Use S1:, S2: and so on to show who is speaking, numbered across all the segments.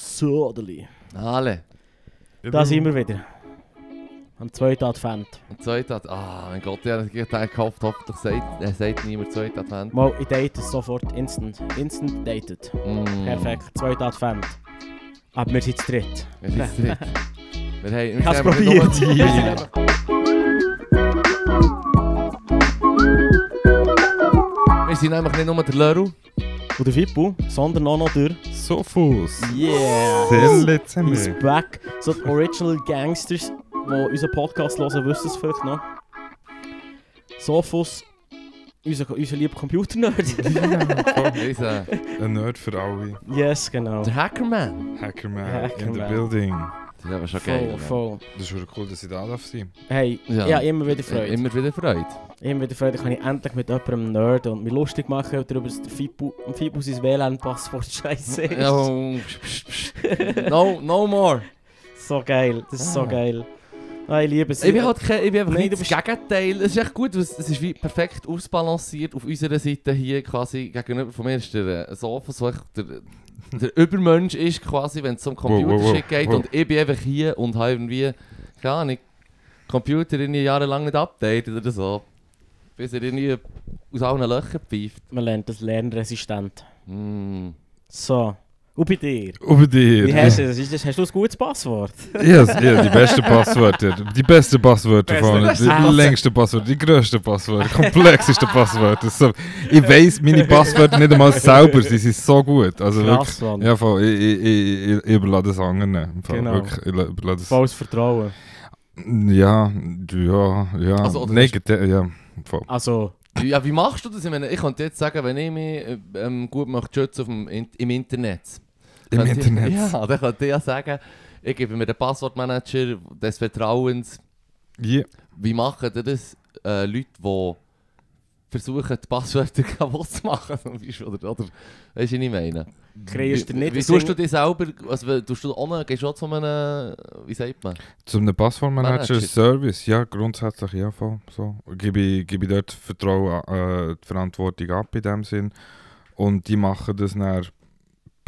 S1: Söderli.
S2: Alle.
S1: Da sind wir wieder. Am zweiten Advent.
S2: Und zweiter Advent. Ah, mein Gott, ich habe gedacht, gehofft, hoffentlich sagt, er sagt niemand zweiter Advent.
S1: Mal, ich date es sofort. Instant. Instant dated.
S2: Mm.
S1: Perfekt. Zweiter Advent. Aber wir sind zu dritt.
S2: Wir sind zu dritt. Wir haben...
S1: Ich hab's
S2: wir sind aber
S1: probiert.
S2: nicht nur- Wir sind nämlich nicht nur der Leru.
S1: Und der Fippo, sondern auch noch der...
S3: Sofus.
S1: Yeah!
S3: Stille
S1: He's
S3: Zimmer.
S1: back. So die Original Gangsters, die unseren Podcast hören, wissen es vielleicht noch. Sophos, unser, unser lieber Computernerd.
S2: Unser...
S3: Een nerd voor alle.
S1: yes, genau.
S2: Der Hackerman.
S3: Hackerman, in the
S1: Hackerman.
S3: building.
S2: Das ist aber schon geil.
S1: Voll,
S2: ne?
S1: voll.
S3: Dus is cool dat je daar af zijn.
S1: Hey,
S2: Ja.
S1: ja, immer wieder Freude.
S2: Immer wieder Freude.
S1: Immer wieder Freude kann ich endlich mit jemandem nerden und mich lustig machen darüber, dass der Fipu, der Fipu sein WLAN-Passwort scheiße ist.
S2: Ja, oh, psch, psch, psch. No, no more.
S1: So geil, das ist
S2: Ah.
S1: so geil. Ah, ich liebe es.
S2: Ich bin halt kein, ich bin einfach
S1: Nein,
S2: nicht
S1: du
S2: das Gegenteil. Es ist echt gut, weil es es ist wie perfekt ausbalanciert auf unserer Seite hier quasi gegenüber von mir ist der äh, Sofa, so echt der, der Übermensch ist quasi, wenn es zum
S3: wow,
S2: Computershit
S3: wow,
S2: geht
S3: wow.
S2: und ich bin einfach hier und habe irgendwie, keine Ahnung, Computer irgendwie jahrelang nicht updated oder so. Bis er irgendwie aus allen Löchern pfeift.
S1: Man lernt das lernresistent.
S2: Mm.
S1: So. Und bei dir?
S3: Over de heer.
S1: Wie hast du das? Ist das- Hast du ein gutes Passwort?
S3: Yes, ja, die beste paswoorden. Die beste paswoorden
S1: Beste, Ah.
S3: van het.
S1: beste
S3: De
S1: paswoorden.
S3: längste paswoorden, die grootste paswoorden, complexeste paswoorden. So, ik weet mijn paswoorden niet eenmaal sauber, sie zijn zo goed. Also, wirklich,
S1: Krass, Mann.
S3: ja, voll, ich, ich, ich, ich, ich überlade es anderen. Voll,
S1: Genau.
S3: Wirklich, ich la- überlade es.
S1: Volles Vertrauen.
S3: Ja, ja, ja.
S2: Also, oder-
S3: Negativ, ja. Voll.
S1: Also,
S2: Ja, wie machst du das? Ich, meine, ich könnte jetzt sagen, wenn ich mich äh, ähm, gut möchte schützen auf dem, in, im Internet.
S3: Im
S2: Könnte ich-
S3: Internet.
S2: Ja, dann könnte ich ja sagen, ich gebe mir den Passwortmanager des Vertrauens.
S3: Ja.
S2: Wie machen denn das äh, Leute, die versuchen, die Passwörter kaputt zu machen? Zum Beispiel, oder, oder, weißt du, was ich meine?
S1: kreierst du
S2: wie
S1: nicht
S2: wie
S1: ein
S2: tust du
S1: Sing-
S2: dich selber, also wie- tust du ohne, gehst du auch zu einem, wie sagt man?
S3: Zum Passwortmanager
S2: Manager.
S3: Service, ja, grundsätzlich ja voll. So. Gebe ich, gebe ich dort Vertrauen, äh, die Verantwortung ab in dem Sinn. Und die machen das dann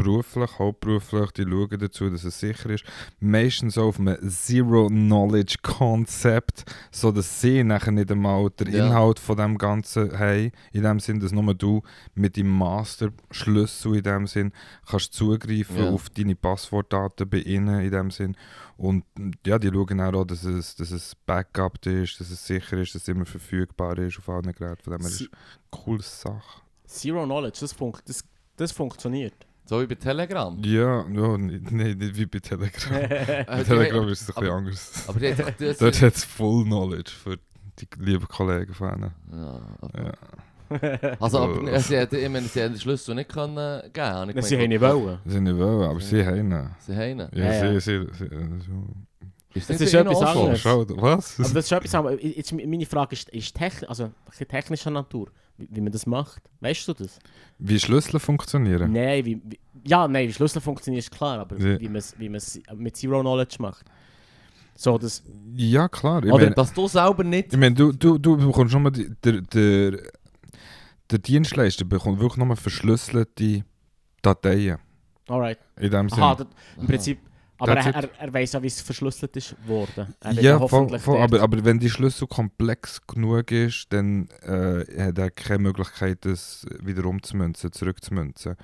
S3: beruflich, hauptberuflich, die schauen dazu, dass es sicher ist. Meistens auch auf einem Zero-Knowledge-Konzept, sodass sie nachher nicht einmal den
S2: Ja.
S3: Inhalt von dem Ganzen haben. In dem Sinn, dass nur du mit dem Master-Schlüssel in dem Sinn kannst zugreifen
S2: Ja.
S3: auf deine Passwortdaten bei ihnen in dem Sinn. Und ja, die schauen dann auch, dass es, dass es Backup ist, dass es sicher ist, dass es immer verfügbar ist auf allen Geräten. Von dem her ist es
S1: Sie-
S3: eine coole Sache.
S1: Zero Knowledge, das, funkt, das, das funktioniert.
S2: So wie bei Telegram.
S3: Ja, ja nicht, nicht, nicht wie bei Telegram. bei
S2: Äh,
S3: Telegram ist es ein bisschen
S2: aber-
S3: anders.
S2: Aber die hat doch das...
S3: Dort hat es Full Knowledge für die lieben Kollegen von ihnen.
S2: Ja, aber-
S3: Ja.
S2: Also, aber,
S3: Ja.
S2: äh, sie hat, ich meine, sie haben den Schlüssel nicht können äh, geben können.
S1: Das sie haben nicht wollen.
S3: Sie nicht wollen, aber sie haben ihn.
S2: Sie haben ihn.
S3: Ja,
S1: Ja, ja.
S3: sie, sie, sie, sie
S2: Ist
S1: Das
S2: nicht
S1: ist
S2: bei
S1: etwas
S2: ihnen auch so?
S1: anderes.
S3: Schau, was?
S1: Aber das ist etwas, aber jetzt, meine Frage ist, ist techn also, ein bisschen technischer Natur, wie, wie man das macht. Weißt du das?
S3: Wie Schlüssel funktionieren?
S1: Nein, wie, wie, ja, nein, wie Schlüssel funktioniert ist klar, aber
S3: Ja.
S1: wie man es wie man's mit Zero Knowledge macht. So, das,
S3: Ja, klar. Ich
S2: Oder
S3: meine,
S2: dass du selber nicht.
S3: Ich meine, du, du, du bekommst nur die, der, der, der Dienstleister bekommt wirklich nur verschlüsselte Dateien.
S1: alright.
S3: In dem Sinne.
S1: Aha, das, im Prinzip, aber
S3: That's
S1: er,
S3: it.
S1: er, er weiß ja, wie es verschlüsselt ist worden. Er wird
S3: ja, voll,
S1: Ah, hoffentlich
S3: voll,
S1: dort-
S3: aber, aber wenn die Schlüssel komplex genug ist, dann äh, hat er keine Möglichkeit, das wieder umzumünzen, zurückzumünzen.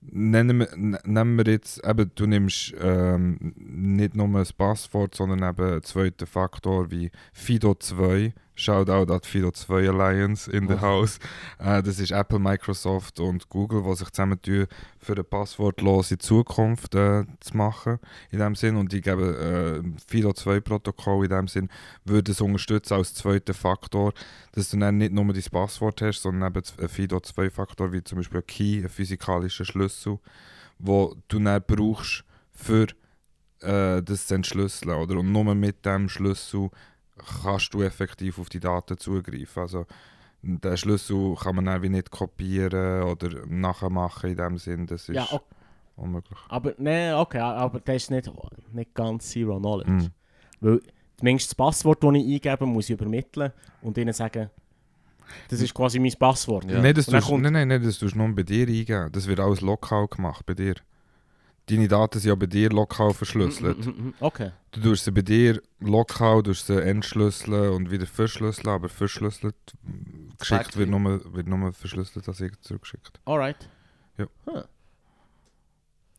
S3: Nennen wir, n- nehmen wir jetzt, eben, du nimmst ähm, nicht nur ein Passwort, sondern eben einen zweiten Faktor wie FIDO2. Shoutout an die FIDO2 Alliance in der
S2: Oh.
S3: Haus. Äh, das ist Apple, Microsoft und Google, die sich zusammentun, für eine passwortlose Zukunft äh, zu machen. In dem Sinn. Und die geben äh, FIDO2-Protokoll in dem Sinn, würde es unterstützen als zweiten Faktor, dass du dann nicht nur dein Passwort hast, sondern eben z- äh, einen FIDO2-Faktor, wie zum Beispiel ein Key, einen physikalischen Schlüssel, wo du dann brauchst, für äh, das zu entschlüsseln. Oder? Und nur mit dem Schlüssel kannst du effektiv auf die Daten zugreifen. Also, den Schlüssel kann man dann wie nicht kopieren oder nachmachen in dem Sinn, das ist
S1: Ja, okay,
S3: unmöglich.
S1: aber nein, okay, aber das ist nicht, nicht ganz Zero Knowledge.
S3: Mhm.
S1: Weil zumindest das Passwort, das ich eingebe, muss ich übermitteln und ihnen sagen, das ist quasi mein Passwort.
S2: Ja.
S3: Nein, das
S1: Und dann
S3: tust,
S1: kommt-
S3: nein, nein, nein, das tust du nur bei dir eingeben. Das wird alles lokal gemacht bei dir. deine Daten sind ja bei dir lokal
S1: Mhm,
S3: verschlüsselt.
S1: Okay.
S3: Du tust sie bei dir lokal, tust sie entschlüsseln und wieder verschlüsseln, aber verschlüsselt mm, geschickt wird nur, wird nur verschlüsselt, als ich zurückgeschickt.
S1: Alright.
S3: Ja.
S1: Huh.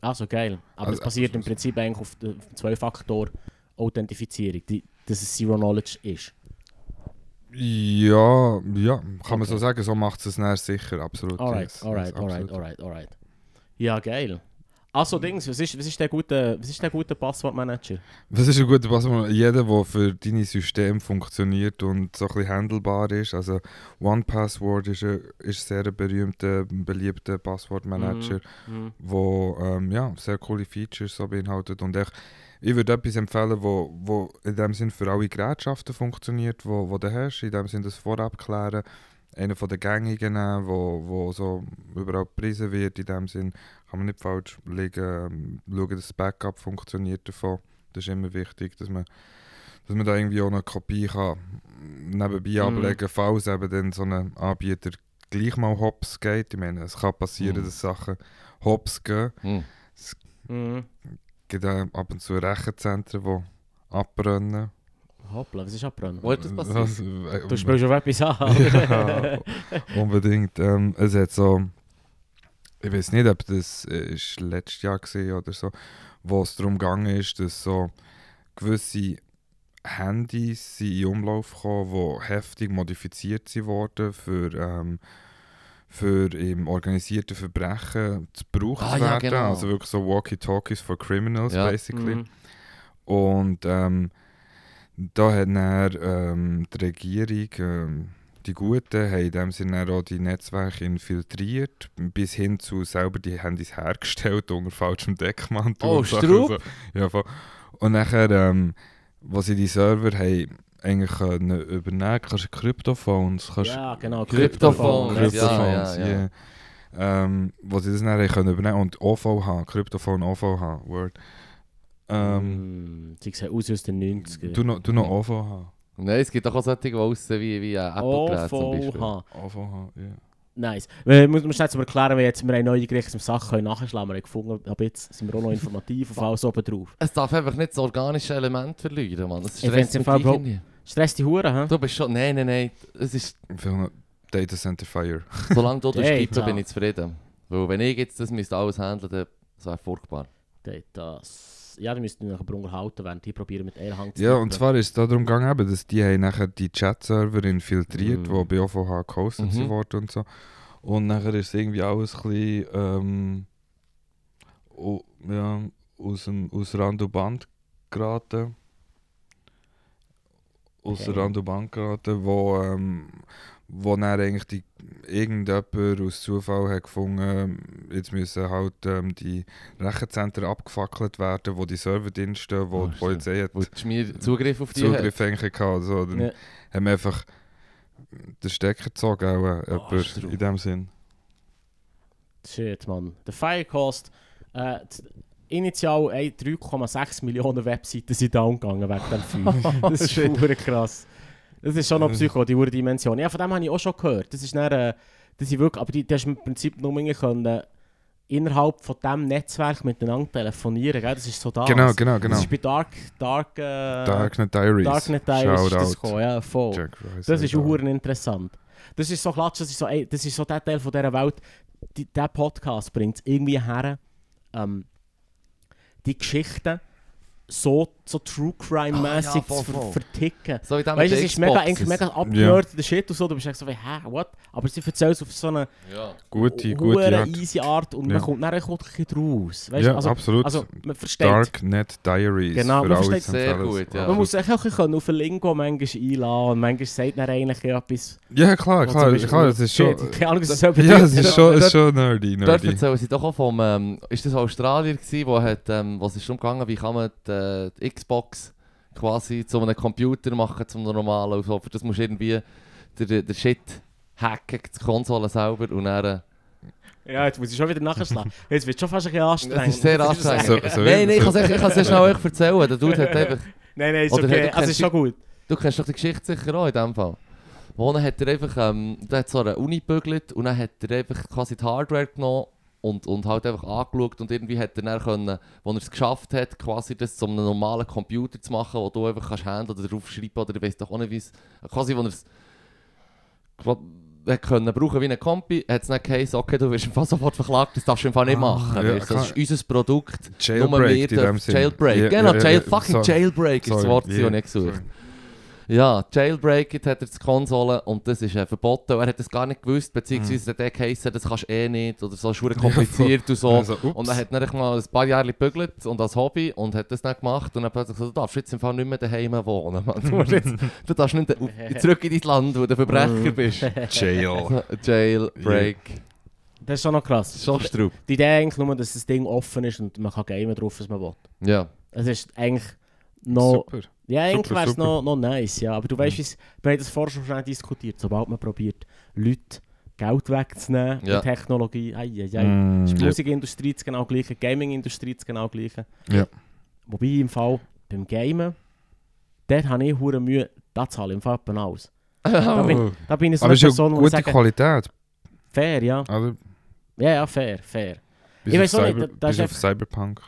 S1: Also geil. Aber
S3: Also,
S1: es basiert im
S3: absolut.
S1: Prinzip eigentlich auf der Zwei-Faktor-Authentifizierung, die- dass es Zero-Knowledge ist.
S3: Ja, ja, kann man
S1: Okay.
S3: so sagen, so macht es es näher sicher, absolut.
S1: Alright,
S3: yes,
S1: alright,
S3: yes,
S1: alright,
S3: absolut.
S1: alright, alright. Ja, geil. Also Dings, was ist, was ist der gute, was ist der gute Passwortmanager?
S3: Das ist ein guter Pass. Jeder, der für deine System funktioniert und so ein bisschen handelbar ist. Also OnePassword ist ein, ist sehr ein berühmter, beliebter Passwortmanager,
S1: Mhm.
S3: wo ähm, ja, sehr coole Features so beinhaltet. Und echt, ich würde etwas empfehlen, wo, wo in dem Sinn für alle Gerätschaften funktioniert, wo, wo du hast. In dem Sinn das vorab klären. Einer von den gängigen, äh, wo, wo so überall gepriesen wird. In dem Sinn kann man nicht falsch liegen. Ähm, Schauen, dass das Backup funktioniert davon. Das ist immer wichtig, dass man, dass man da irgendwie auch eine Kopie kann nebenbei
S1: Mhm.
S3: ablegen kann, falls eben dann so ein Anbieter gleich mal hops geht. Ich meine, es kann passieren,
S2: Mhm.
S3: dass Sachen hops gehen.
S2: Hm.
S1: Mhm.
S3: Es gibt auch ab und zu Rechenzentren, die abbrennen.
S1: Hoppla, was ist abgebrannt?
S2: Wo hat das passiert?
S3: Was- äh,
S1: Du spielst auf etwas an.
S3: ja, unbedingt. Ähm, es hat so, ich weiß nicht, ob das äh, ist letztes Jahr war oder so, wo es darum gegangen ist, dass so gewisse Handys sind in Umlauf gekommen, die heftig modifiziert sie wurden für, ähm, für im organisierten Verbrechen zu gebraucht
S2: Ah,
S3: werden.
S2: ja, genau.
S3: Also wirklich so Walkie-Talkies for Criminals,
S2: Ja.
S3: basically.
S1: Mhm.
S3: Und ähm, da hat dann, ähm, die Regierung, ähm, die Guten, haben in dem Sinne dann auch die Netzwerke infiltriert, bis hin zu selber die Handys hergestellt unter falschem Deckmantel.
S2: Oh,
S3: und Sachen
S2: Strupp.
S3: So. Also, Ja, voll. Und nachher, ähm, was sie die Server haben, eigentlich können übernehmen kannst du Kryptophones. Kannst
S1: Ja, genau.
S2: Kryptophones,
S1: Kryptophones,
S2: ja,
S1: ja.
S3: Kryptophones,
S2: ja.
S3: yeah. Ähm, was sie das dann haben können übernehmen und OVH, Kryptophone OVH, Word.
S2: Mhm.
S3: Ähm,
S1: Ähm, Sie sehen aus aus den 90ern.
S3: Du noch, du er noch AVH.
S2: Nein, es gibt doch auch solche, die aussehen wie, wie ein Apple-Gerät zum Beispiel.
S1: OVH.
S3: AVH, ja.
S1: Nice. Wir müssen wir schnell zum Erklären, weil jetzt wir haben neue Gerichte im Sachen können nachschlagen. Wir haben gefunden, ab jetzt sind wir auch noch informativ auf alles oben drauf.
S2: Es darf einfach nicht das organische Element verlieren, Mann. Das
S1: Ich find's
S2: stresst
S1: im
S2: mich
S1: Fall, Bro-
S2: irgendwie.
S1: Stress die Huren, hä?
S2: Du bist schon... Nein, nein, nein. Es ist...
S3: Vielleicht noch Data Center Fire.
S2: Solange du das
S1: Hey,
S2: gibst,
S1: ja.
S2: bin ich zufrieden. Weil wenn ich jetzt das müsste alles handeln müsste, das wäre furchtbar.
S1: Dort, Das... Ja, die müssten noch aber unterhalten, während die probieren mit einer Hand
S3: Ja,
S1: tippen.
S3: und zwar ist es darum gegangen, eben, dass die haben nachher die Chat-Server infiltriert,
S1: Mhm.
S3: die bei OVH gehostet
S2: Mhm.
S3: mhm. wurden und so. Und nachher ist irgendwie alles ein bisschen ähm, o- ja, aus, dem, aus Rand und Band geraten. Aus
S1: Okay.
S3: Rand und Band geraten, wo, ähm, wo dann eigentlich die, irgendjemand aus Zufall hat gefunden, jetzt müssen halt ähm, die Rechenzentren abgefackelt werden, wo die Server drin stehen, wo
S2: Ah,
S3: die Polizei hat
S2: Weil die Schmier Zugriff auf die hat.
S3: Zugriff eigentlich gehabt. Also, dann
S1: Ja.
S3: haben wir einfach den Stecker gezogen, auch,
S1: Oh,
S3: äh,
S2: Ah,
S3: jemand,
S2: ist traurig.
S3: in dem Sinn.
S1: Shit, man. Der Firecost. Äh, die- initial ey, 3,6 Millionen Webseiten sind down gegangen wegen dem Feuer. das ist
S2: Shit.
S1: verdammt krass. Das ist schon noch Psycho, die hohe Dimension. Ja, von dem habe ich auch schon gehört. Das ist dann, äh, das ist wirklich, aber die, die hast im Prinzip nur irgendwie können, äh, innerhalb von diesem Netzwerk miteinander telefonieren. Gell? Das ist so das.
S3: Genau, genau, genau.
S1: Das ist bei Dark, Dark, äh,
S3: Darknet Diaries.
S1: Darknet Diaries ist das
S3: Shoutout.
S1: gekommen, ja, voll.
S3: Jack Rice,
S1: Das ist auch
S3: Shoutout.
S1: verdammt interessant. Dus Das ist so klatsch, das ist so, ey, das ist so der Teil von dieser Welt, die, der Podcast bringt es irgendwie her, ähm, die Geschichten so, so True
S2: Ah,
S1: Crime-mäßig
S2: ja, voll,
S1: zu ver
S2: voll.
S1: verticken.
S2: So wie das mit
S1: Weißt du,
S2: den
S1: es ist mega,
S2: Xboxes.
S1: eigentlich mega abgenördeter Shit und so, du bist echt so wie, hä, what? Aber sie erzählen es auf so eine
S2: Ja.
S3: Gute,
S1: hure
S3: gute Art.
S1: eh, easy Art und man
S3: Ja.
S1: kommt nachher kommt ein bisschen raus. Weißt du,
S3: Ja,
S1: also,
S3: absolut.
S1: also, man versteht.
S3: Darknet Diaries.
S1: Genau,
S3: für
S1: man
S3: alle
S1: versteht-
S3: zu
S2: Sehr
S3: empfehlen.
S2: gut, ja.
S1: Man muss sich auch ein bisschen auf den Lingo manchmal einladen und manchmal sagt man eigentlich etwas...
S3: Ja, klar,
S1: Wat
S3: klar,
S1: een beetje-
S3: klar, es ist schon...
S1: Shit, keine Ahnung, was es selber
S3: Ja, es
S1: bedeutet.
S3: ist schon, es
S2: Dat-
S3: ist schon nerdy,
S2: Dort
S3: nerdy.
S2: erzählen sie doch auch vom, ähm, ist das Australier gewesen, wo hat, ähm, was ist darum gegangen, wie kann man die, äh, die Xbox quasi zu einem Computer machen, zum normalen und so. Für das musst du irgendwie den, den Shit hacken, die Konsole selber und dann... Äh,
S1: Ja, jetzt muss ich schon wieder nachschlagen. Jetzt wird schon fast ein bisschen anstrengend.
S2: Das ist sehr
S1: muss ich
S2: anstrengend.
S1: sagen.
S3: So- so-
S2: nein, nein, ich kann es ich kann's ja schnell euch erzählen. Der Dude hat einfach...
S1: Nein, nein, ist
S2: Oder
S1: okay.
S2: hey, du
S1: Also ist schon gut.
S2: Du kennst doch die Geschichte sicher auch in dem Fall. Wo dann hat er einfach, ähm, der hat so eine Uni gebügelt und dann hat er einfach quasi die Hardware genommen und, und halt einfach angeschaut und irgendwie hat er dann können, wo er es geschafft hat, quasi das zu einem normalen Computer zu machen, wo du einfach kannst handeln oder draufschreiben oder ich weiß doch auch nicht, wie es, quasi wo er es qua- hat können brauchen wie ein Kompi, hat es dann geheißen, okay, du wirst im Fall sofort verklagt, das darfst du im Fall nicht
S3: Ah,
S2: machen.
S3: ja,
S2: weißt du, das
S3: klar.
S2: ist unser Produkt, nur
S3: Jailbreak
S2: wir
S3: in dem
S2: dürfen
S3: Sinn.
S2: Jailbreak,
S3: Ja,
S2: genau,
S3: ja, ja,
S2: Jail, fucking
S3: sorry.
S2: Jailbreak ist das
S3: Sorry,
S2: Wort, das
S3: ja,
S2: ich gesucht habe.
S3: sorry.
S2: Ja, Jailbreaket hat er die Konsole und das ist äh, verboten. Er hat das gar nicht gewusst,
S1: Mhm.
S2: beziehungsweise der geheißen, das kannst du eh nicht oder so, ist verdammt kompliziert und so.
S3: Also, ups.
S2: und er hat dann mal ein paar Jahre gebügelt und als Hobby und hat das dann gemacht und dann plötzlich gesagt, du darfst jetzt im Fall nicht mehr daheim wohnen. Mann. Du, musst jetzt, du darfst nicht auf- zurück in dein Land, wo du ein Verbrecher bist.
S3: Jail.
S2: Jailbreak.
S1: Das ist schon noch krass.
S2: Schon Strupp.
S1: Die Idee eigentlich nur, dass das Ding offen ist und man kann gamen drauf, was man will.
S2: Ja.
S1: Es ist eigentlich noch...
S3: Super.
S1: Ja, eigentlich
S3: Super,
S1: wäre es
S3: super.
S1: noch, noch nice, ja. Aber du
S2: Mm.
S1: weißt, wie's- wir haben das vorher schon schnell diskutiert. Sobald man probiert, Leute Geld wegzunehmen,
S2: Ja.
S1: mit Technologie, ei, ei, ei.
S3: Mm,
S1: Ist die
S3: ja.
S1: Musikindustrie das genau gleiche, die Gaming-Industrie das genau gleiche.
S3: Ja.
S1: Wobei im Fall beim Gamen, dort habe ich hure Mühe, das zahle ich im Fall etwa alles. Da
S3: Oh.
S1: bin, da bin ich so
S3: Aber
S1: eine
S3: es ist ja
S1: Person, die
S3: gute
S1: sagt,
S3: Qualität.
S1: fair, ja.
S3: Oder?
S1: Ja, ja, fair, fair.
S3: Bis
S1: Ich weiss
S3: auf
S1: auch nicht,
S3: Cyber-
S1: da- da
S3: bis
S1: ist
S3: auf Cyberpunk.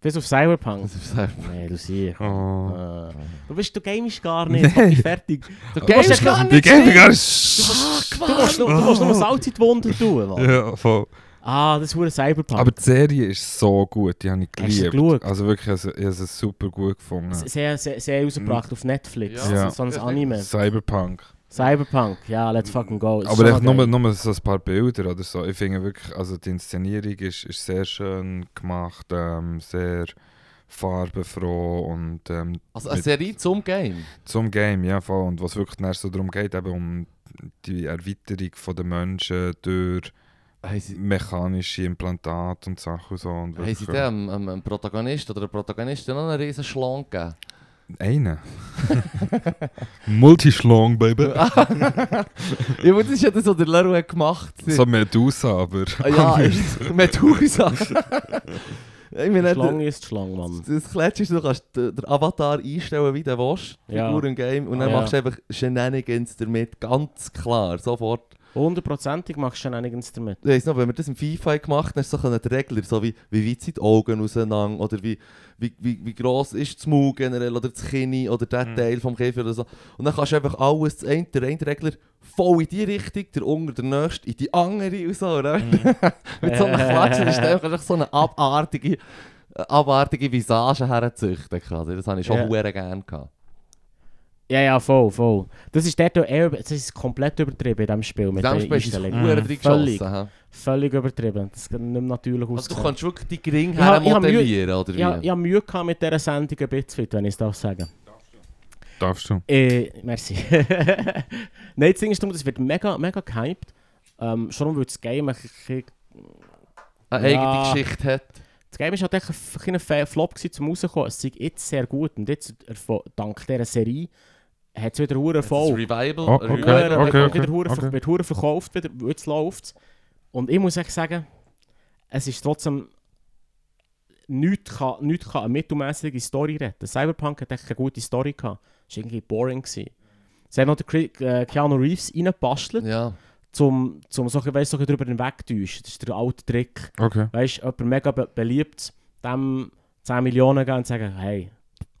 S1: Bis auf Cyberpunk.
S2: Das ist einfach-
S1: Nee, du siehst.
S3: Oh.
S1: Ah. Du bist, du gamest gar nicht, nee. fertig.
S2: Der
S1: Du musst ja
S2: Game-
S1: gar
S3: Die
S1: nichts
S3: Gaming
S1: sehen.
S3: ist...
S1: Du musst nur, du musst nur Salz in die Wunde tun. Mann.
S3: Oh. Ja, voll.
S1: Ah, das ist hure Cyberpunk.
S3: Aber die Serie ist so gut, die habe ich
S1: Hast du sie
S3: geliebt.
S1: geschaut?
S3: Also wirklich, also, ich habe sie super gut gefunden.
S1: S- Sehr, sehr, sehr
S3: Mm.
S1: rausgebracht auf Netflix.
S2: Ja.
S1: Ja. So ein
S2: Ja.
S1: Anime.
S3: Cyberpunk.
S1: Cyberpunk, ja, let's fucking go. Ist
S3: Aber
S1: schon
S3: echt
S1: noch
S3: nur,
S1: geil.
S3: nur so ein paar Bilder oder so. Ich finde wirklich, also die Inszenierung ist, ist sehr schön gemacht, ähm, sehr farbenfroh und ähm,
S2: Also eine Serie zum Game.
S3: zum Game, ja voll. Und was wirklich dann so darum geht, eben um die Erweiterung von der Menschen durch
S2: Hey, sie-
S3: mechanische Implantate und Sachen und so. Und
S2: Haben sie
S3: wirklich,
S2: dem ähm, einem Protagonist oder der Protagonistin noch einen riesen Schlange gegeben?
S3: Einen. Multischlong, Baby.
S2: ja, aber das ist ja das, was der Leroy hat gemacht
S3: So Medusa, aber...
S2: Ah, ja, ist Medusa. ich meine,
S1: Schlange
S2: der-
S1: ist Schlange, Mann.
S2: das Klatsch ist, du kannst den den Avatar einstellen, wie du willst, die
S1: Ja. Ah,
S2: Figur im Game, und dann
S1: Ja.
S2: machst du einfach Shenanigans damit, ganz klar, sofort.
S1: Hundertprozentig machst du schon einiges damit.
S2: Ich weiss noch, wenn wir das im FIFA gemacht haben, hast du so können die Regler, so wie, wie weit sind die Augen auseinander, oder wie, wie, wie, wie gross ist das Maul generell, oder das Kinn, oder der
S1: Mhm.
S2: Teil vom Käfer oder so. Und dann kannst du einfach alles, das eine, der eine Regler voll in die Richtung, der unter der nächste in die andere und so, oder?
S1: Mhm.
S2: Mit so einem Klatschen ist der einfach so eine abartige, abartige Visage herzüchten kann. Also Das habe ich schon
S1: Ja.
S2: yeah. gerne gehabt.
S1: Ja, ja, voll, voll. Das ist dort auch eher, das ist komplett übertrieben in diesem Spiel mit
S2: In diesem
S1: den
S2: Spiel ist es
S1: Einstellungen.
S2: verdammt drin
S1: Mhm. Völlig,
S2: geschossen. hä?
S1: völlig übertrieben. Das geht nicht mehr natürlich aus.
S2: Also du kannst wirklich die Gring
S1: Ich hab- ich hab Mühe-
S2: hermodellieren, oder wie?
S1: ja, ich habe Mühe gehabt mit dieser Sendung ein bisschen, wenn ich es darf sagen.
S3: Darfst du?
S1: Äh, merci. Nein, das Ding ist, darum, das wird mega, mega gehypt. Ähm, schon weil das Game ein bisschen-
S2: Eine eigene
S1: Ja.
S2: Geschichte hat.
S1: Das Game war halt echt ein bisschen ein Fa- Flop gewesen, zum rauskommen. Es sei jetzt sehr gut und jetzt, erfo- dank dieser Serie, hat es wieder hure
S2: Das
S1: Erfolg.
S2: Revival.
S3: Oh, okay.
S1: Hure-
S3: okay,
S1: wieder
S3: okay,
S1: hure-
S3: okay.
S1: Wird hure verkauft, wieder, jetzt läuft es. Und ich muss echt sagen, es ist trotzdem... Nichts kann, nichts kann eine mittelmäßige Story retten. Cyberpunk hat echt eine gute Story gehabt. Es war irgendwie boring. Gewesen. Sie haben noch den Cri- äh, Keanu Reeves reingepastelt,
S2: Ja.
S1: um so, weißt, so darüber hinwegzutäuschen. Das ist der alte Trick.
S3: Okay.
S1: weißt du, jemand mega be beliebt, dem 10 Millionen geben und sagen, hey,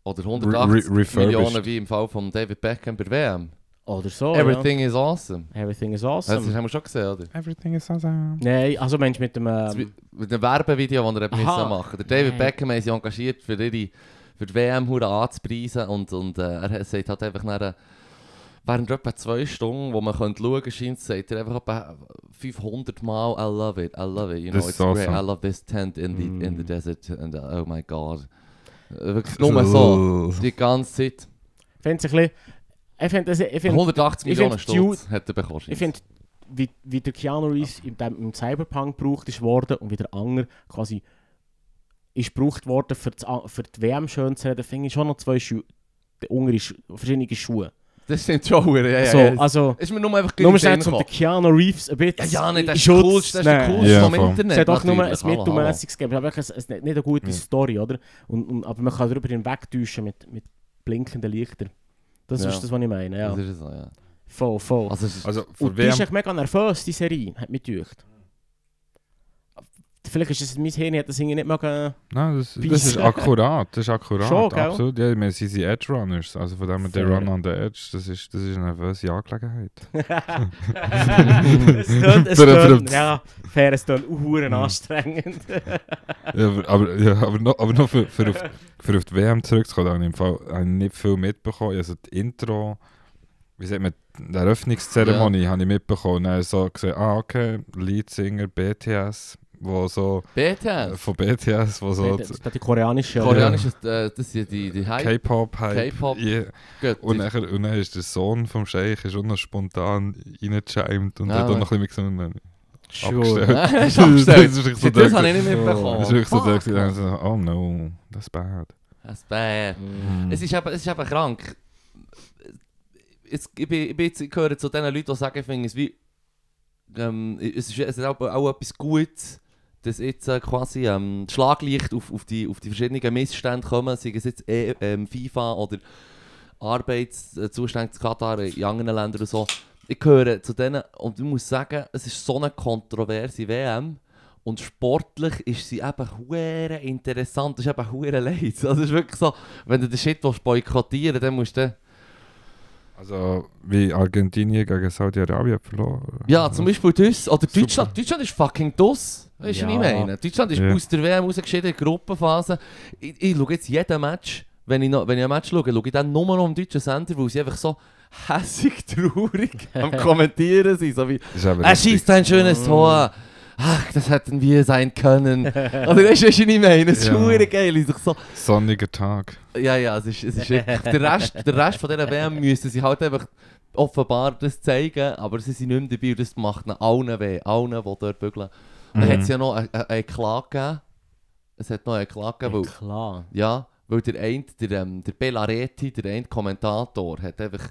S2: Oder
S3: Re-
S2: 180
S3: re- refurbished.
S2: Millionen wie im Fall von David Beckham bei WM.
S1: oder so.
S2: Everything is awesome.
S1: Ja. Everything is
S2: Das
S1: awesome.
S2: haben wir schon gesehen, oder?
S3: Everything is awesome.
S1: Nein, also Mensch mit dem.
S2: Das
S1: Ähm,
S2: wi- Mit dem Werbevideo, das er hat
S1: Aha.
S2: müssen machen Der
S1: Nein.
S2: David Beckham hat sich engagiert, für, ihre, für die WM hure anzupreisen. Und, und äh, er hat- sagt halt einfach nach, während etwa zwei Stunden, wo man könnte schauen könnte, scheint, sagt er einfach etwa 500 Mal eh, «I love it, I love it, you know,
S3: Das
S2: it's
S3: ist
S2: great,
S3: awesome.
S2: I love this tent in the, in the desert, and uh, oh my God.» Äh, Wirklich nur
S3: Nur
S2: so,
S3: so.
S2: die ganze Zeit.
S1: find's ein bisschen, ich finde, das- ich finde,
S2: 180
S1: ich
S2: Millionen
S1: find die Ju-
S2: Stutz hat er bekommen.
S1: ich finde, wie, wie der Keanu Reeves in dem, im Cyberpunk gebraucht ist worden und wie der Anger quasi ist gebraucht worden, für, das, A- für die WM schön zu reden, finde ich schon noch zwei Schuhe, untere Schu verschiedene Schuhe.
S2: Das stimmt schon, hure, ja, ja.
S1: so,
S2: ja.
S1: also,
S2: Ist mir nur einfach
S1: nur mal
S2: in den
S1: schnell,
S2: Sinn
S1: um den
S2: gekommen.
S1: Keanu Reeves ein bisschen
S2: Ja, ja, nicht, das
S1: in
S2: ist der
S1: Schutz
S2: coolste, das
S1: zu
S2: ist der
S1: nehmen.
S2: coolste
S3: Ja,
S2: vom
S3: voll.
S2: Internet.
S1: Es hat auch nur ein
S2: natürlich. Hallo, hallo.
S1: mittelmäßiges gegeben. Aber wirklich, es es hat nicht eine gute
S3: Ja.
S1: Story, oder? Und, und, aber man kann darüber hinwegtäuschen mit, mit blinkenden Lichtern. Das
S2: Ja.
S1: ist das, was ich meine. Ja.
S2: Das ist so, dus ja.
S1: Voll, voll.
S2: Also, es ist,
S3: Also, für
S1: und die ist
S3: WM...
S1: echt mega nervös, die Serie, hat mich gedacht. vielleicht ist es mein Hirn, hat das irgendwie nicht mögen.
S3: Nein, das, das
S1: Peace.
S3: ist akkurat, das ist akkurat,
S1: Schon, gell?
S3: absolut. Ja, ich meine, sie sind Edge-Runners, also von dem her, der
S1: Fair.
S3: Run on the Edge, das ist, das ist eine nervöse Angelegenheit.
S1: es tönt, es tönt, ja, fair, es tönt
S2: Hm.
S1: uhuren anstrengend.
S2: Also,
S3: Ja, aber, aber, ja, aber noch, aber noch für, für, auf, für auf die WM zurückzukommen, da habe ich im Fall habe ich nicht viel mitbekommen. Also das Intro, wie sagt man, die Eröffnungszeremonie habe ich mitbekommen. Und dann so gesehen, ah okay, Leadsinger BTS, wo so, äh,
S2: BTS.
S3: von BTS, wo so
S1: Das ist die koreanische.
S2: Koreanisch ist, äh, das sind die, die Hype.
S3: K-Pop hype
S2: K-Pop.
S3: Yeah.
S2: Gut,
S3: Und,
S2: die-
S3: nachher, und dann ist der Sohn vom Scheich ist auch noch spontan reingechimt und
S2: Ah,
S3: hat auch
S2: ja.
S3: noch ein bisschen mit
S1: Sure.
S2: Hast du
S3: Das
S2: abgestellt?
S3: ist wirklich so
S2: Shit, Das habe
S3: der-
S2: ich nicht mitbekommen.
S3: das ist wirklich so der,
S2: Oh, Fuck.
S3: gewesen, dann so, oh no, that's bad.
S2: Das Bär.
S1: Hm.
S2: Es ist eben, es ist eben krank. Es, ich, bin, ich, bin jetzt, ich gehöre zu den Leuten, die sagen, ich finde es wie. Ähm, es ist, es ist auch, auch etwas Gutes, dass jetzt äh, quasi ähm, das Schlaglicht auf, auf, die, auf die verschiedenen Missstände kommen, sei es jetzt eh, ähm, FIFA oder Arbeitszustände in Katar, in anderen Ländern und so. Ich gehöre zu denen und ich muss sagen, es ist so eine kontroverse WM. Und sportlich ist sie eben hure interessant, das ist eben hure leid. Also es ist wirklich so, wenn du den Shit willst boykottieren dann musst du...
S3: Also wie Argentinien gegen Saudi-Arabien verloren.
S2: Ja, zum Beispiel das, oder
S3: Super.
S2: Deutschland. Deutschland ist fucking das. Weißt du, was ich
S1: Ja.
S2: meine? Deutschland ist
S3: Ja.
S2: aus der WM rausgeschieden in der Gruppenphase. Ich, ich schaue jetzt jeden Match, wenn ich, noch, wenn ich ein Match schaue, schaue ich dann nur noch am deutschen Center, weil sie einfach so hässig traurig am Kommentieren sind. So wie,
S3: Ist aber
S2: er
S3: richtig.
S2: schießt ein schönes Tor. Ach, das hätten wir sein können. Oder weißt du, was ich meine? Es ist
S3: Ja.
S2: hure geil. Ich sag so,
S3: Sonniger Tag.
S2: Ja, ja, es ist, es ist wirklich, der Rest, der Rest von dieser WM müssen sie halt einfach offenbar das zeigen, aber sie sind nicht mehr dabei und das macht ihnen allen weh, allen, die dort bügeln. Dann hat es ja noch eine, eine- eine Klage gegeben. Es hat noch eine Klage gegeben, weil,
S1: Klar.
S2: ja, weil der eine, der, ähm, der Bellaretti, der eine Kommentator, hat einfach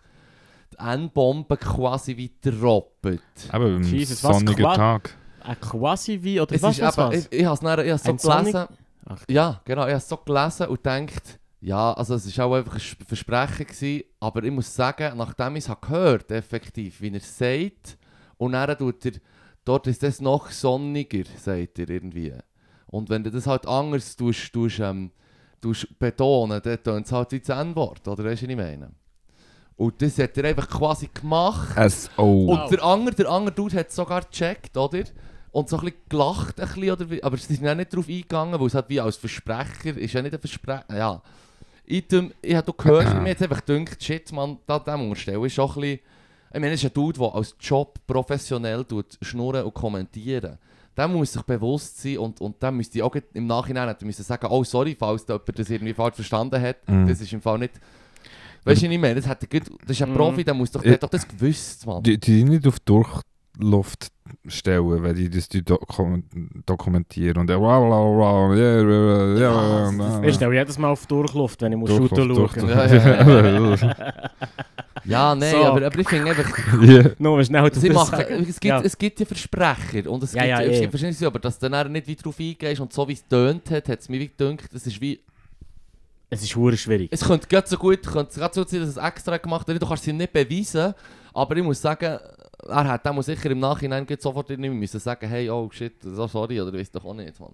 S2: die N-Bombe quasi weiterroppt.
S3: Aber ein
S1: Jesus, was
S3: sonniger
S1: Qua-
S3: Tag.
S1: Ein quasi wie oder
S2: Es
S1: was,
S2: ist
S1: was,
S2: eben,
S1: was?
S2: ich, ich habe es nachher- ich habe es so
S1: Ein Sonic-
S2: gelesen.
S1: Ach.
S2: Ja, genau, ich habe es so gelesen und gedacht, ja, also es war auch einfach ein Sch- Versprechen, gewesen, aber ich muss sagen, nachdem ich es habe gehört effektiv, wie er es sagt, und dann tut er, dort ist es noch sonniger, sagt er irgendwie. Und wenn du das halt anders tust, tust, ähm, tust betonen, dann tönt es halt wie das N-Wort, oder weißt du, was ich meine? Und das hat er einfach quasi gemacht.
S3: S.O.
S2: Und der andere, der andere Dude hat sogar gecheckt, oder? Und so ein bisschen gelacht, ein bisschen, oder wie, aber sie sind auch nicht darauf eingegangen, weil es halt wie als Versprecher, ist ja nicht ein Versprecher, ja. Item, ich habe gehört, und mir jetzt einfach gedacht, shit, man, da dem Umstellen ist schon ein bisschen, ich meine, es ist ein Dude, der als Job professionell tut, schnurren und kommentieren. Der muss sich bewusst sein und, und dann müsste ich auch gleich im Nachhinein hätte müssen sagen, oh sorry, falls da jemand das irgendwie falsch verstanden hat,
S3: Mhm.
S2: das ist im Fall nicht... Weißt du nicht mehr, das, hat, das ist ein
S1: Mhm.
S2: Profi, der, muss doch, der
S3: Ich-
S2: hat doch das gewusst, Mann.
S3: Die, die nicht auf Durchluft stellen, wenn die das die dokum dokumentieren. Und dann wow, wow, wow, yeah, yeah, yeah, yeah,
S1: Ich
S3: yeah.
S1: stelle jedes Mal auf Durchluft, wenn ich muss
S3: Durchluft,
S1: shooten
S3: Durchluft.
S1: schauen.
S2: Ja, ja, Ja, nein,
S1: So.
S2: aber, aber ich finde einfach,
S3: Yeah.
S1: Nur wenn schnell
S2: sie machen, es, gibt,
S1: Ja.
S2: es gibt ja Versprecher und es
S1: Ja,
S2: gibt
S1: ja,
S2: es
S1: eh.
S2: gibt verschiedene Sachen, aber dass du dann nicht weiter drauf eingehst und so wie es tönt hat, hat es mir wie gedacht, es ist wie,
S1: Es ist hure schwierig.
S2: es könnte gerade so gut, könnte gerade so sein, dass es extra gemacht hat, du kannst es ihm nicht beweisen, aber ich muss sagen, er hat dem sicher im Nachhinein gleich sofort nicht mehr müssen sagen, hey, oh shit, so sorry, oder weißt doch auch nicht, Mann.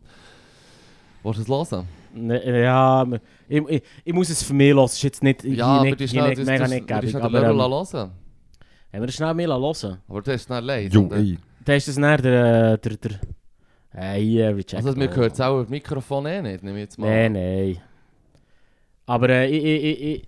S2: Willst du es hören?
S1: Ne- Ja, ich, ich, ich muss es für mich hören. Es ist jetzt nicht,
S2: Ja,
S1: hier
S2: aber halt
S1: nicht,
S2: du hast
S1: hier
S2: schnell-
S1: nicht,
S2: du hast- du
S1: mega
S2: hast-
S1: nicht
S2: du hast
S1: gäbig.
S2: schnell
S1: Aber
S2: den
S1: ähm,
S2: Lörl hören.
S1: haben wir das schnell mehr hören
S2: Aber das ist nicht leid.
S3: Jo,
S2: Und, äh,
S3: ey.
S1: Dann ist das näher der... der, der äh, hier, Reject.
S2: Also mir gehört es auch über das Mikrofon eh nicht, nehme ich jetzt mal.
S1: Nein, nein. Aber äh, ich, ich, ich, ich...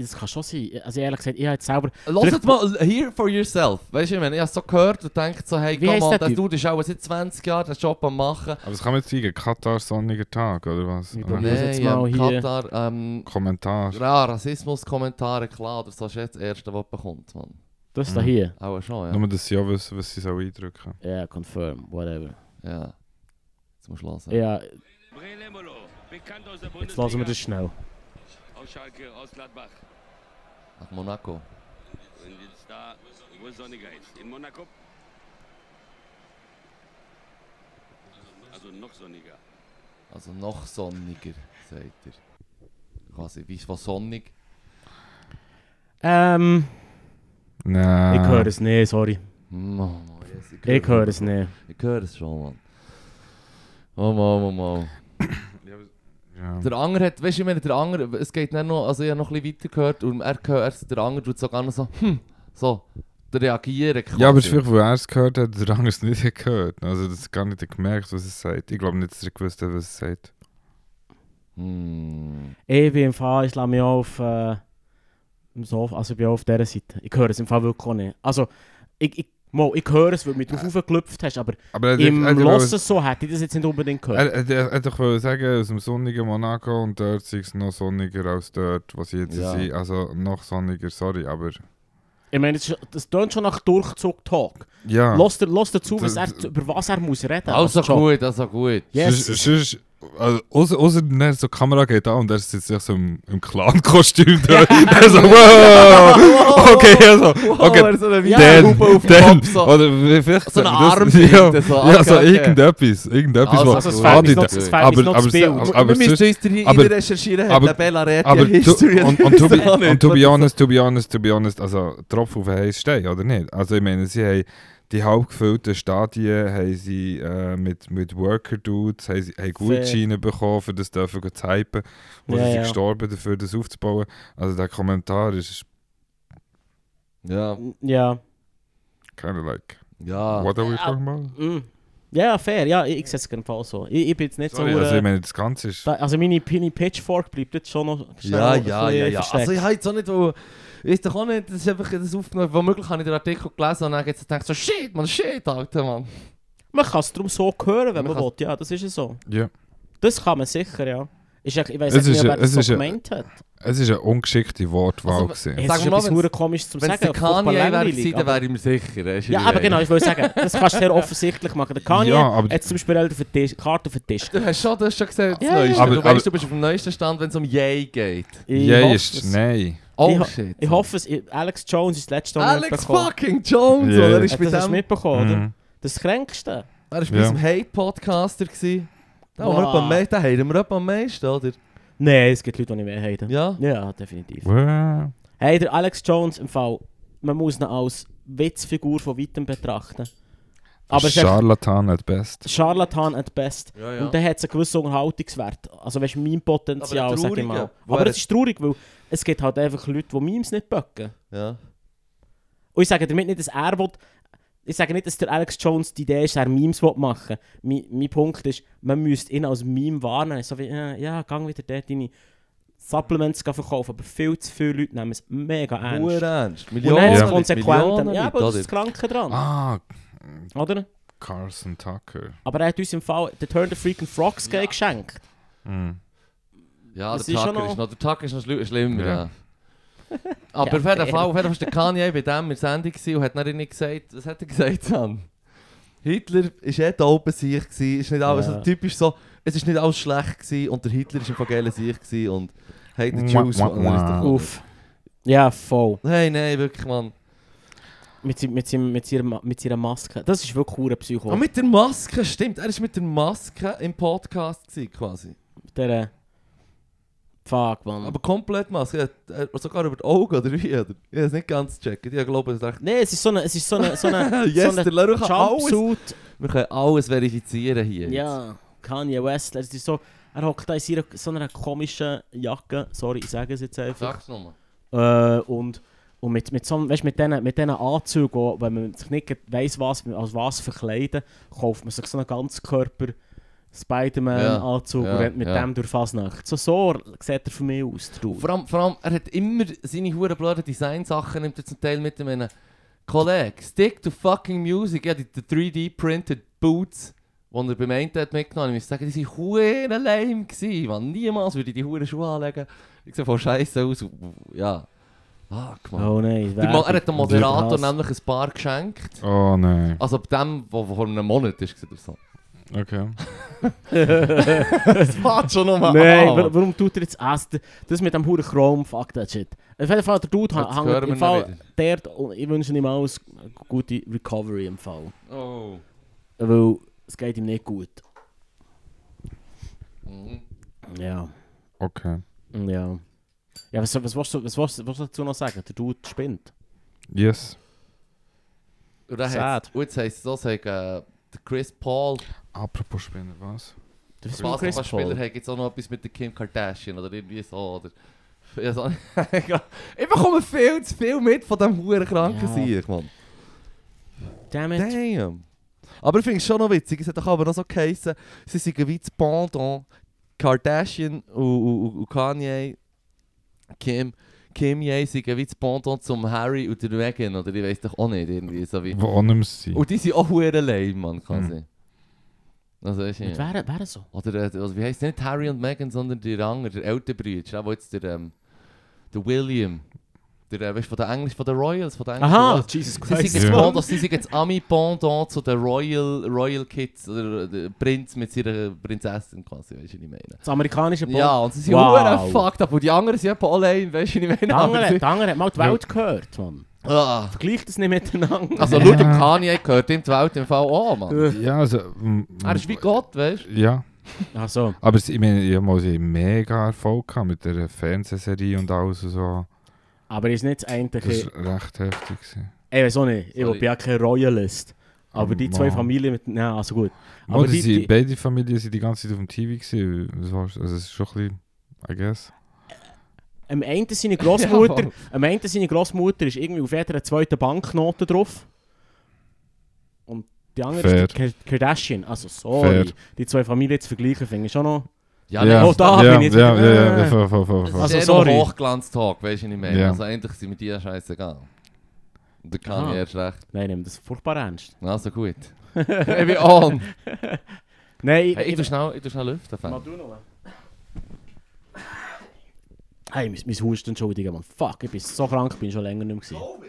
S1: Das kann schon sein. Also ehrlich gesagt, ich habe jetzt selber...
S2: Lass es mal here for yourself. Weißt du, ich meine, ich habe so gehört und denkt so, hey,
S1: Wie
S2: komm
S1: heisst
S2: mal,
S1: der
S2: der
S1: Typ?
S2: Dude ist auch seit 20 Jahren den Job am machen.
S3: Aber es kann man jetzt sagen, Katar sonniger Tag, oder was?
S1: Wir
S3: Ah,
S1: probieren-
S2: Nein,
S1: jetzt
S2: ja,
S1: mal hier.
S2: Katar, ähm,
S3: Kommentar.
S2: ja, Rassismus-Kommentare, klar, das ist jetzt das Erste, was du bekommst, man.
S1: Das da hier.
S2: Auch schon,
S3: Nur, dass sie auch wissen, was sie so eindrücken.
S1: Mhm. Ja, confirm, whatever.
S2: ja. Ja. Jetzt musst du hören.
S1: Ja,
S4: Brelembolo, bekannt aus der
S1: jetzt lassen wir
S4: Bundesliga,
S1: das schnell.
S4: aus Schalke, aus Gladbach.
S2: Nach Monaco.
S4: Und jetzt da, wo es sonniger ist. In Monaco. Also noch sonniger.
S2: Also noch sonniger, sagt er. Quasi, wie was sonnig?
S1: Ähm,
S3: Nein.
S1: Ah. ich höre es nicht, sorry.
S2: Mann, oh, yes,
S1: Ich höre es nicht.
S2: Ich höre es schon, Mann. Oh, mal, mal, mal.
S3: Ja.
S2: Der andere hat, weißt du, ich meine, der andere, es geht dann noch, also ich habe noch ein bisschen weiter gehört und er gehört, der andere tut sogar noch so, hm, so, der reagieren quasi.
S3: Ja, aber es ist vielleicht, weil er es gehört hat, der andere es nicht hat gehört. Also das hat gar nicht gemerkt, was es sagt. Ich glaube nicht, dass er gewusst hat, was es sagt.
S2: Hm.
S1: Ich bin im Fall, ich lasse mich auch auf, äh, im Sofa, also ich bin auch auf dieser Seite. Ich höre es im Fall wirklich auch nicht. Also, ich, ich, mal, ich höre es, weil du mich drauf aufgeklopft hast, aber
S3: Aber er,
S1: im
S3: er, er,
S1: Lossen so hätte ich das jetzt nicht unbedingt
S3: er,
S1: gehört.
S3: er, er, er hat doch wollen sagen, aus dem sonnigen Monaco und dort sei es noch sonniger als dort, was sie jetzt
S2: Ja.
S3: sind. Also noch sonniger, sorry, aber...
S1: ich meine, das, ist- das tönt schon nach Durchzug-Talk.
S3: Ja.
S1: Lass dir, lass dir zu, was
S3: D-
S1: er, über was er muss reden.
S2: Also
S1: schon.
S2: gut, also gut.
S1: Yes.
S3: Sonst, sonst, also, außer, außer dann so die Kamera geht an und er sitzt sich so im, im Clan-Kostüm da. Er so, wow! Okay, also, okay,
S2: so eine
S1: Ja,
S3: dann,
S2: Hupe auf den
S3: dann, also,
S2: Kopf, so.
S3: oder vielleicht...
S2: So eine
S3: das-
S2: Armbinde,
S3: Ja,
S2: so, ah,
S3: ja, so
S2: okay, okay.
S3: irgendetwas, irgendetwas,
S2: Also,
S3: was
S1: Also, es
S2: gut.
S1: fällt mir
S3: Adi,
S1: noch,
S3: da-
S1: es fällt
S3: aber-
S1: mir noch zu
S3: aber-
S1: viel.
S3: aber- aber- sonst-
S2: uns drin
S3: aber-
S2: recherchieren,
S3: aber-
S2: Bella
S3: Aber du, und, und, to be, und to be honest, to be honest, to be honest, also Tropfen auf den heißen Stein, oder nicht? Also ich meine, sie haben die halb gefüllten Stadien haben sie, äh, mit, mit Worker-Dudes haben, sie- haben Gutscheine bekommen, für das dürfen zu hypen.
S1: Ja,
S3: Oder sie sind
S1: ja.
S3: gestorben, dafür das aufzubauen. Also der Kommentar ist
S2: Ja,
S1: Ja.
S3: kind of like,
S1: Ah.
S2: ja.
S3: what are we talking about?
S1: Mm. Ja, fair. Ja, ich, ich sehe es im Fall so. Ich, ich bin jetzt nicht
S3: Sorry,
S1: so...
S3: also ich
S1: äh,
S3: meine, das Ganze ist...
S1: da, also meine, meine Pitchfork bleibt jetzt schon noch schnell
S2: Ja,
S1: ein
S2: ja, ja,
S3: eh
S1: bisschen
S2: ja.
S1: versteckt.
S2: Also ich habe jetzt auch nicht, wo, ist doch auch nicht, das ist einfach das aufgenommen. Womöglich habe ich den Artikel gelesen und dann jetzt gedacht so, shit, man, shit, Alter, Mann.
S1: Man kann es darum so hören, wenn man,
S2: Man kann-
S1: will. Ja, das ist ja so.
S3: Ja.
S1: Das kann man sicher, ja. Ist echt, ich weiß
S3: Es
S1: nicht,
S3: ist
S1: mehr,
S3: ein-
S1: wer das
S3: es
S1: so
S3: ist ein-
S1: gemeint hat.
S3: Es ist eine ungeschickte Wortwahl
S2: Also,
S3: gewesen.
S1: Es
S2: Sag
S1: ist
S2: mal,
S1: etwas
S2: wenn's-
S1: nur komisch zu
S2: Wenn es
S1: sagen.
S2: der
S1: furchtbar
S2: Kanye wäre
S1: langweilig,
S2: gewesen, dann
S1: aber-
S2: wäre ich mir sicher. das ist
S1: Ja, aber genau, ich wollte sagen, das kannst du sehr offensichtlich machen. Der Kanye
S3: Ja, aber-
S1: hat zum Beispiel auf den Tisch, Karte auf den Tisch.
S2: Du hast schon, du hast schon gesehen, das
S1: Ja, ja.
S2: Neueste.
S3: Aber-
S2: du
S3: aber-
S2: weißt, du bist auf dem neuesten Stand, wenn es um Yay geht.
S1: Ich
S3: Yeah,
S1: hoffe
S3: ist...
S1: es.
S3: Nein.
S2: Oh
S1: ich, ho-
S2: shit.
S1: ich hoffe es. Ich- Alex Jones ist das letzte Mal
S2: Alex fucking Jones,
S3: Yeah.
S2: oder? Er
S1: Ich
S2: ist bei
S1: das hast du
S2: dem,
S1: mitbekommen, oder?
S3: Mhm.
S1: Das Kränkste.
S2: er ist bei
S3: Ja.
S2: unserem Hate-Podcaster gewesen. Da haben wir
S1: Wow.
S2: etwa am meisten, da haben wir etwa am meisten, oder?
S1: Nein, es gibt Leute, die nicht mehr haben.
S2: Ja.
S1: Ja, definitiv.
S3: Wow.
S1: Hey, der Alex Jones im Fall, man muss ihn als Witzfigur von Weitem betrachten. Aber es ist echt
S3: Charlatan at best.
S1: Charlatan at best.
S2: Ja, ja.
S1: Und dann hat es einen gewissen Unterhaltungswert. Also weißt du, mein Potenzial,
S2: Aber
S1: sag ich
S2: traurige,
S1: mal.
S2: wo
S1: Aber
S2: er-
S1: es ist traurig, weil es gibt halt einfach Leute, die Memes nicht böcken.
S2: Ja.
S1: Und ich sage damit nicht, dass er will, ich sage nicht, dass der Alex Jones die Idee ist, dass er Memes will machen will. Mein, mein Punkt ist, man müsste ihn als Meme warnen. So wie, äh, ja, gang wieder dort deine Supplements gehen verkaufen. Aber viel zu viele Leute nehmen es mega
S2: Nur
S1: ernst.
S2: ernst.
S1: Und dann hat
S2: Leute,
S1: es Konsequenzen.
S2: Millionen
S1: Ja, aber
S2: Leute,
S1: das ist
S2: oder?
S1: das Kranke dran.
S3: Ah,
S1: Oder?
S3: Carson Tucker.
S1: Aber er hat uns im Fall den Turn the Freaking Frogs Guy geschenkt.
S3: Mm.
S2: Ja,
S1: Das
S2: der
S1: ist
S2: Tucker
S1: schon
S2: ist noch,
S1: noch-
S2: der Tucker ist noch schli schlimmer.
S3: Ja.
S2: Ja. Ah, Aber auf jeden Fall, auf jeden Fall ist der Kanye bei dem in der Sendung gewesen und hat dann nicht gesagt, was hat er gesagt, Sam? Hitler war eh der open sich, ist nicht alles
S1: Ja.
S2: so typisch so, es ist nicht alles schlecht gewesen und der Hitler war ein geiler sich gewesen und hey, der
S3: Mua,
S2: Jews,
S3: mua,
S2: Mann, das ist doch-
S3: mua.
S1: Uff. Ja, voll.
S2: Hey, nein, wirklich, Mann.
S1: Mit, seinem- mit, seinem- mit, ihrer, Ma- mit ihrer Maske. Das ist wirklich ein dus Psycho.
S2: Und mit der Maske, stimmt, er war mit der Maske im Podcast gewesen, quasi.
S1: Mit der... äh, Fuck, Mann.
S2: Aber komplett Maske, er hat- er- sogar über die Augen oder wie, oder? Ich habe es nicht ganz gecheckt, ich glaube, es ist echt...
S1: Nein, es ist so eine... Es ist so eine, so eine
S2: Yes,
S1: so
S2: der Leru kann alles
S1: Jumpsuit.
S2: Wir können alles verifizieren hier. jetzt.
S1: Ja. Kanye West. Es ist so... Er hockt da in seiner, so einer komischen Jacke. Sorry, ich sage es jetzt einfach.
S2: Sag's nochmal.
S1: Äh, und... Und mit, mit, so, weißt, mit diesen mit denen Anzügen, wo- wenn man sich nicht weiss, was, als was verkleiden, kauft man sich so einen ganzkörper Spider-Man-Anzug
S2: Ja, ja,
S1: und rennt mit
S2: ja.
S1: dem durch Fasnacht. So, so sieht er für mich aus. drauf.
S2: Vor allem, vor allem, er hat immer seine hure blöden Design-Sachen, nimmt er zum Teil mit einem Kollegen. Stick to fucking music. Ja, die, die 3D-printed Boots, die er beim einen hat mitgenommen hat. Ich muss sagen, die waren hure lame gewesen, Mann. Niemals würde ich die hure Schuhe anlegen. Ich sehe voll scheiße aus. Ja. Fuck, Mann.
S1: Oh nein,
S2: Der Mo- er hat dem Moderator
S1: Krass.
S2: nämlich ein paar geschenkt.
S3: Oh nein.
S2: Also bei dem, der vor einem Monat ist, oder so.
S3: Okay.
S2: Das fährt schon Ah. nochmal
S1: Nein, wa- warum tut er jetzt das? Das mit dem Huren Chrom, fuck that shit. Auf jeden Fall, der Dude
S2: Jetzt
S1: ha- hängt
S2: hören wir
S1: im
S2: ihn
S1: Fall dort und ich wünsche ihm alles gute Recovery im Fall.
S2: Oh.
S1: Weil es geht ihm nicht gut.
S2: Mhm.
S1: Ja,
S3: Okay.
S1: ja. Ja, was, was, willst du, was, willst, du- was willst du dazu noch sagen? Der Dude spinnt.
S3: Yes.
S2: Und dann
S1: Sad.
S2: heisst- und jetzt heisst es so, sagen, äh, der eh, Chris Paul
S3: Apropos Spinner, was?
S1: Der Phil
S2: Basketballspieler
S1: Chris
S2: hat jetzt auch noch etwas mit der Kim Kardashian oder irgendwie so. Oder ja, so. ich bekomme viel zu viel mit von diesem huren kranken
S1: Ja.
S2: Sieg, Mann.
S1: Paul. Damn it.
S2: Damn. Aber ich finde es schon noch witzig, es hat doch aber noch so geheißen, sie sind wie das Pendant Kardashian und, und, und Kanye, Kim, Kim Ye sind wie das Pendant zum Harry und der Meghan, oder ich weiß doch auch nicht, irgendwie so wie...
S3: Wo auch nicht mehr
S1: Hm.
S3: sind.
S1: Oh,
S2: Und die sind auch huren lame, Mann, quasi. Also ist
S1: Mit wer, wer so?
S2: Oder, äh, also wie heisst nicht Harry und Meghan, sondern der andere, der ältere Bruder, der, wo jetzt der, ähm, der William, der, äh, weißt du, von der Englisch, von der Royals, von der English
S1: Aha,
S2: Royals.
S1: Jesus
S2: Sie sind
S1: Christ.
S2: jetzt
S3: Ja.
S2: Pendant, sie sind jetzt Ami Pendant zu den Royal, Royal Kids, oder äh, der Prinz mit seiner Prinzessin quasi, weißt du, was ich meine.
S1: Das amerikanische Pol-
S2: Ja, und sie sind
S1: Wow.
S2: wow. fucked up, und die anderen sind etwa allein, weißt du, was ich meine.
S1: Der andere,
S2: Aber sie-
S1: der andere hat mal die
S2: Ja.
S1: Welt gehört, Mann.
S2: Ah.
S1: Vergleicht das nicht miteinander.
S2: Also, schau, der Kanye gehört ihm die Welt im Fall auch, Mann.
S3: ja, also... mm,
S1: Ah,
S2: Er ist wie Gott, weißt du.
S3: Ja,
S1: Ach so.
S3: aber es- ich meine, ich habe mal so mega Erfolg gehabt mit der Fernsehserie und alles und so.
S1: Aber ist nicht das eine.
S3: Das ist recht heftig. gewesen.
S1: Ich weiß auch nicht. Ich
S2: Sorry.
S1: bin ja kein Royalist. Aber die zwei
S3: Mann.
S1: Familien mit. Ja, also gut.
S3: Aber
S1: Aber
S3: die,
S1: die- die-
S3: beide Familien sind die ganze Zeit auf dem TV gewesen. Das war, also es ist schon ein bisschen, I guess.
S1: Am einen seine Großmutter,
S2: Ja.
S1: am einen seine Großmutter ist irgendwie auf jeder zweiten Banknote drauf. Und die andere
S3: Fair.
S1: ist die Kar- Kardashian. Also sorry,
S3: Fair.
S1: die zwei Familien zu vergleichen, finde ich schon noch.
S2: Ja, nein,
S1: Oh, da
S3: ja,
S1: bin ich jetzt
S3: ja,
S1: wieder-
S3: ja, ja, ja,
S1: äh.
S3: voll, voll, voll, voll.
S1: Also,
S2: Also, ist eher
S1: sorry.
S2: ein Hochglanz-Talk, weißt du, was ich meine?
S3: Ja.
S2: Also, eigentlich sind mir die ja scheißegal. Und der kann
S1: Ah.
S2: ich erst recht.
S1: Nein, ich nehme das furchtbar ernst.
S2: Also gut. ich bin on.
S1: Nein, ich,
S2: Hey, ich tu schnell, ich tu schnell lüften.
S1: Mal
S2: Fan.
S1: du noch. Hey, mein, mein Husten, entschuldige, Mann. Fuck, ich bin so krank, ich bin schon länger nicht mehr. gewesen.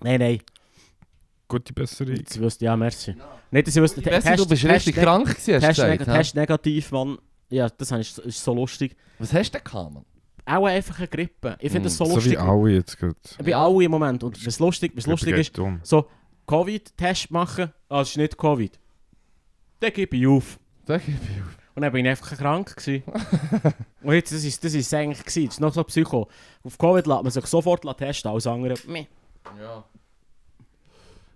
S1: Nein, nein,
S3: Gute Besserung.
S1: jetzt wüsste ja, merci. Nicht, dass ich wüsste,
S2: Ich weiss nicht, du bist richtig krank gewesen, hast
S1: Test,
S2: du
S1: neg
S2: gesagt. hä?
S1: Test negativ, Mann. Ja, das hab ich- ist so lustig.
S2: Was hast du denn gehabt, Mann?
S1: Auch einfach eine Grippe. Ich
S2: Mm,
S1: finde das so
S3: So wie
S1: lustig.
S3: alle jetzt gerade.
S1: bei allen im Moment. Und was lustig, was lustig ist,
S3: Dumm.
S1: so Covid-Test machen, ah, es ist nicht Covid. Dann gebe ich auf.
S2: Da gebe ich auf.
S1: Und dann bin ich einfach krank gewesen. Und jetzt, das ist, das ist eigentlich gewesen. Das ist noch so Psycho. Auf Covid lässt man sich sofort testen, alles andere. meh.
S2: Ja.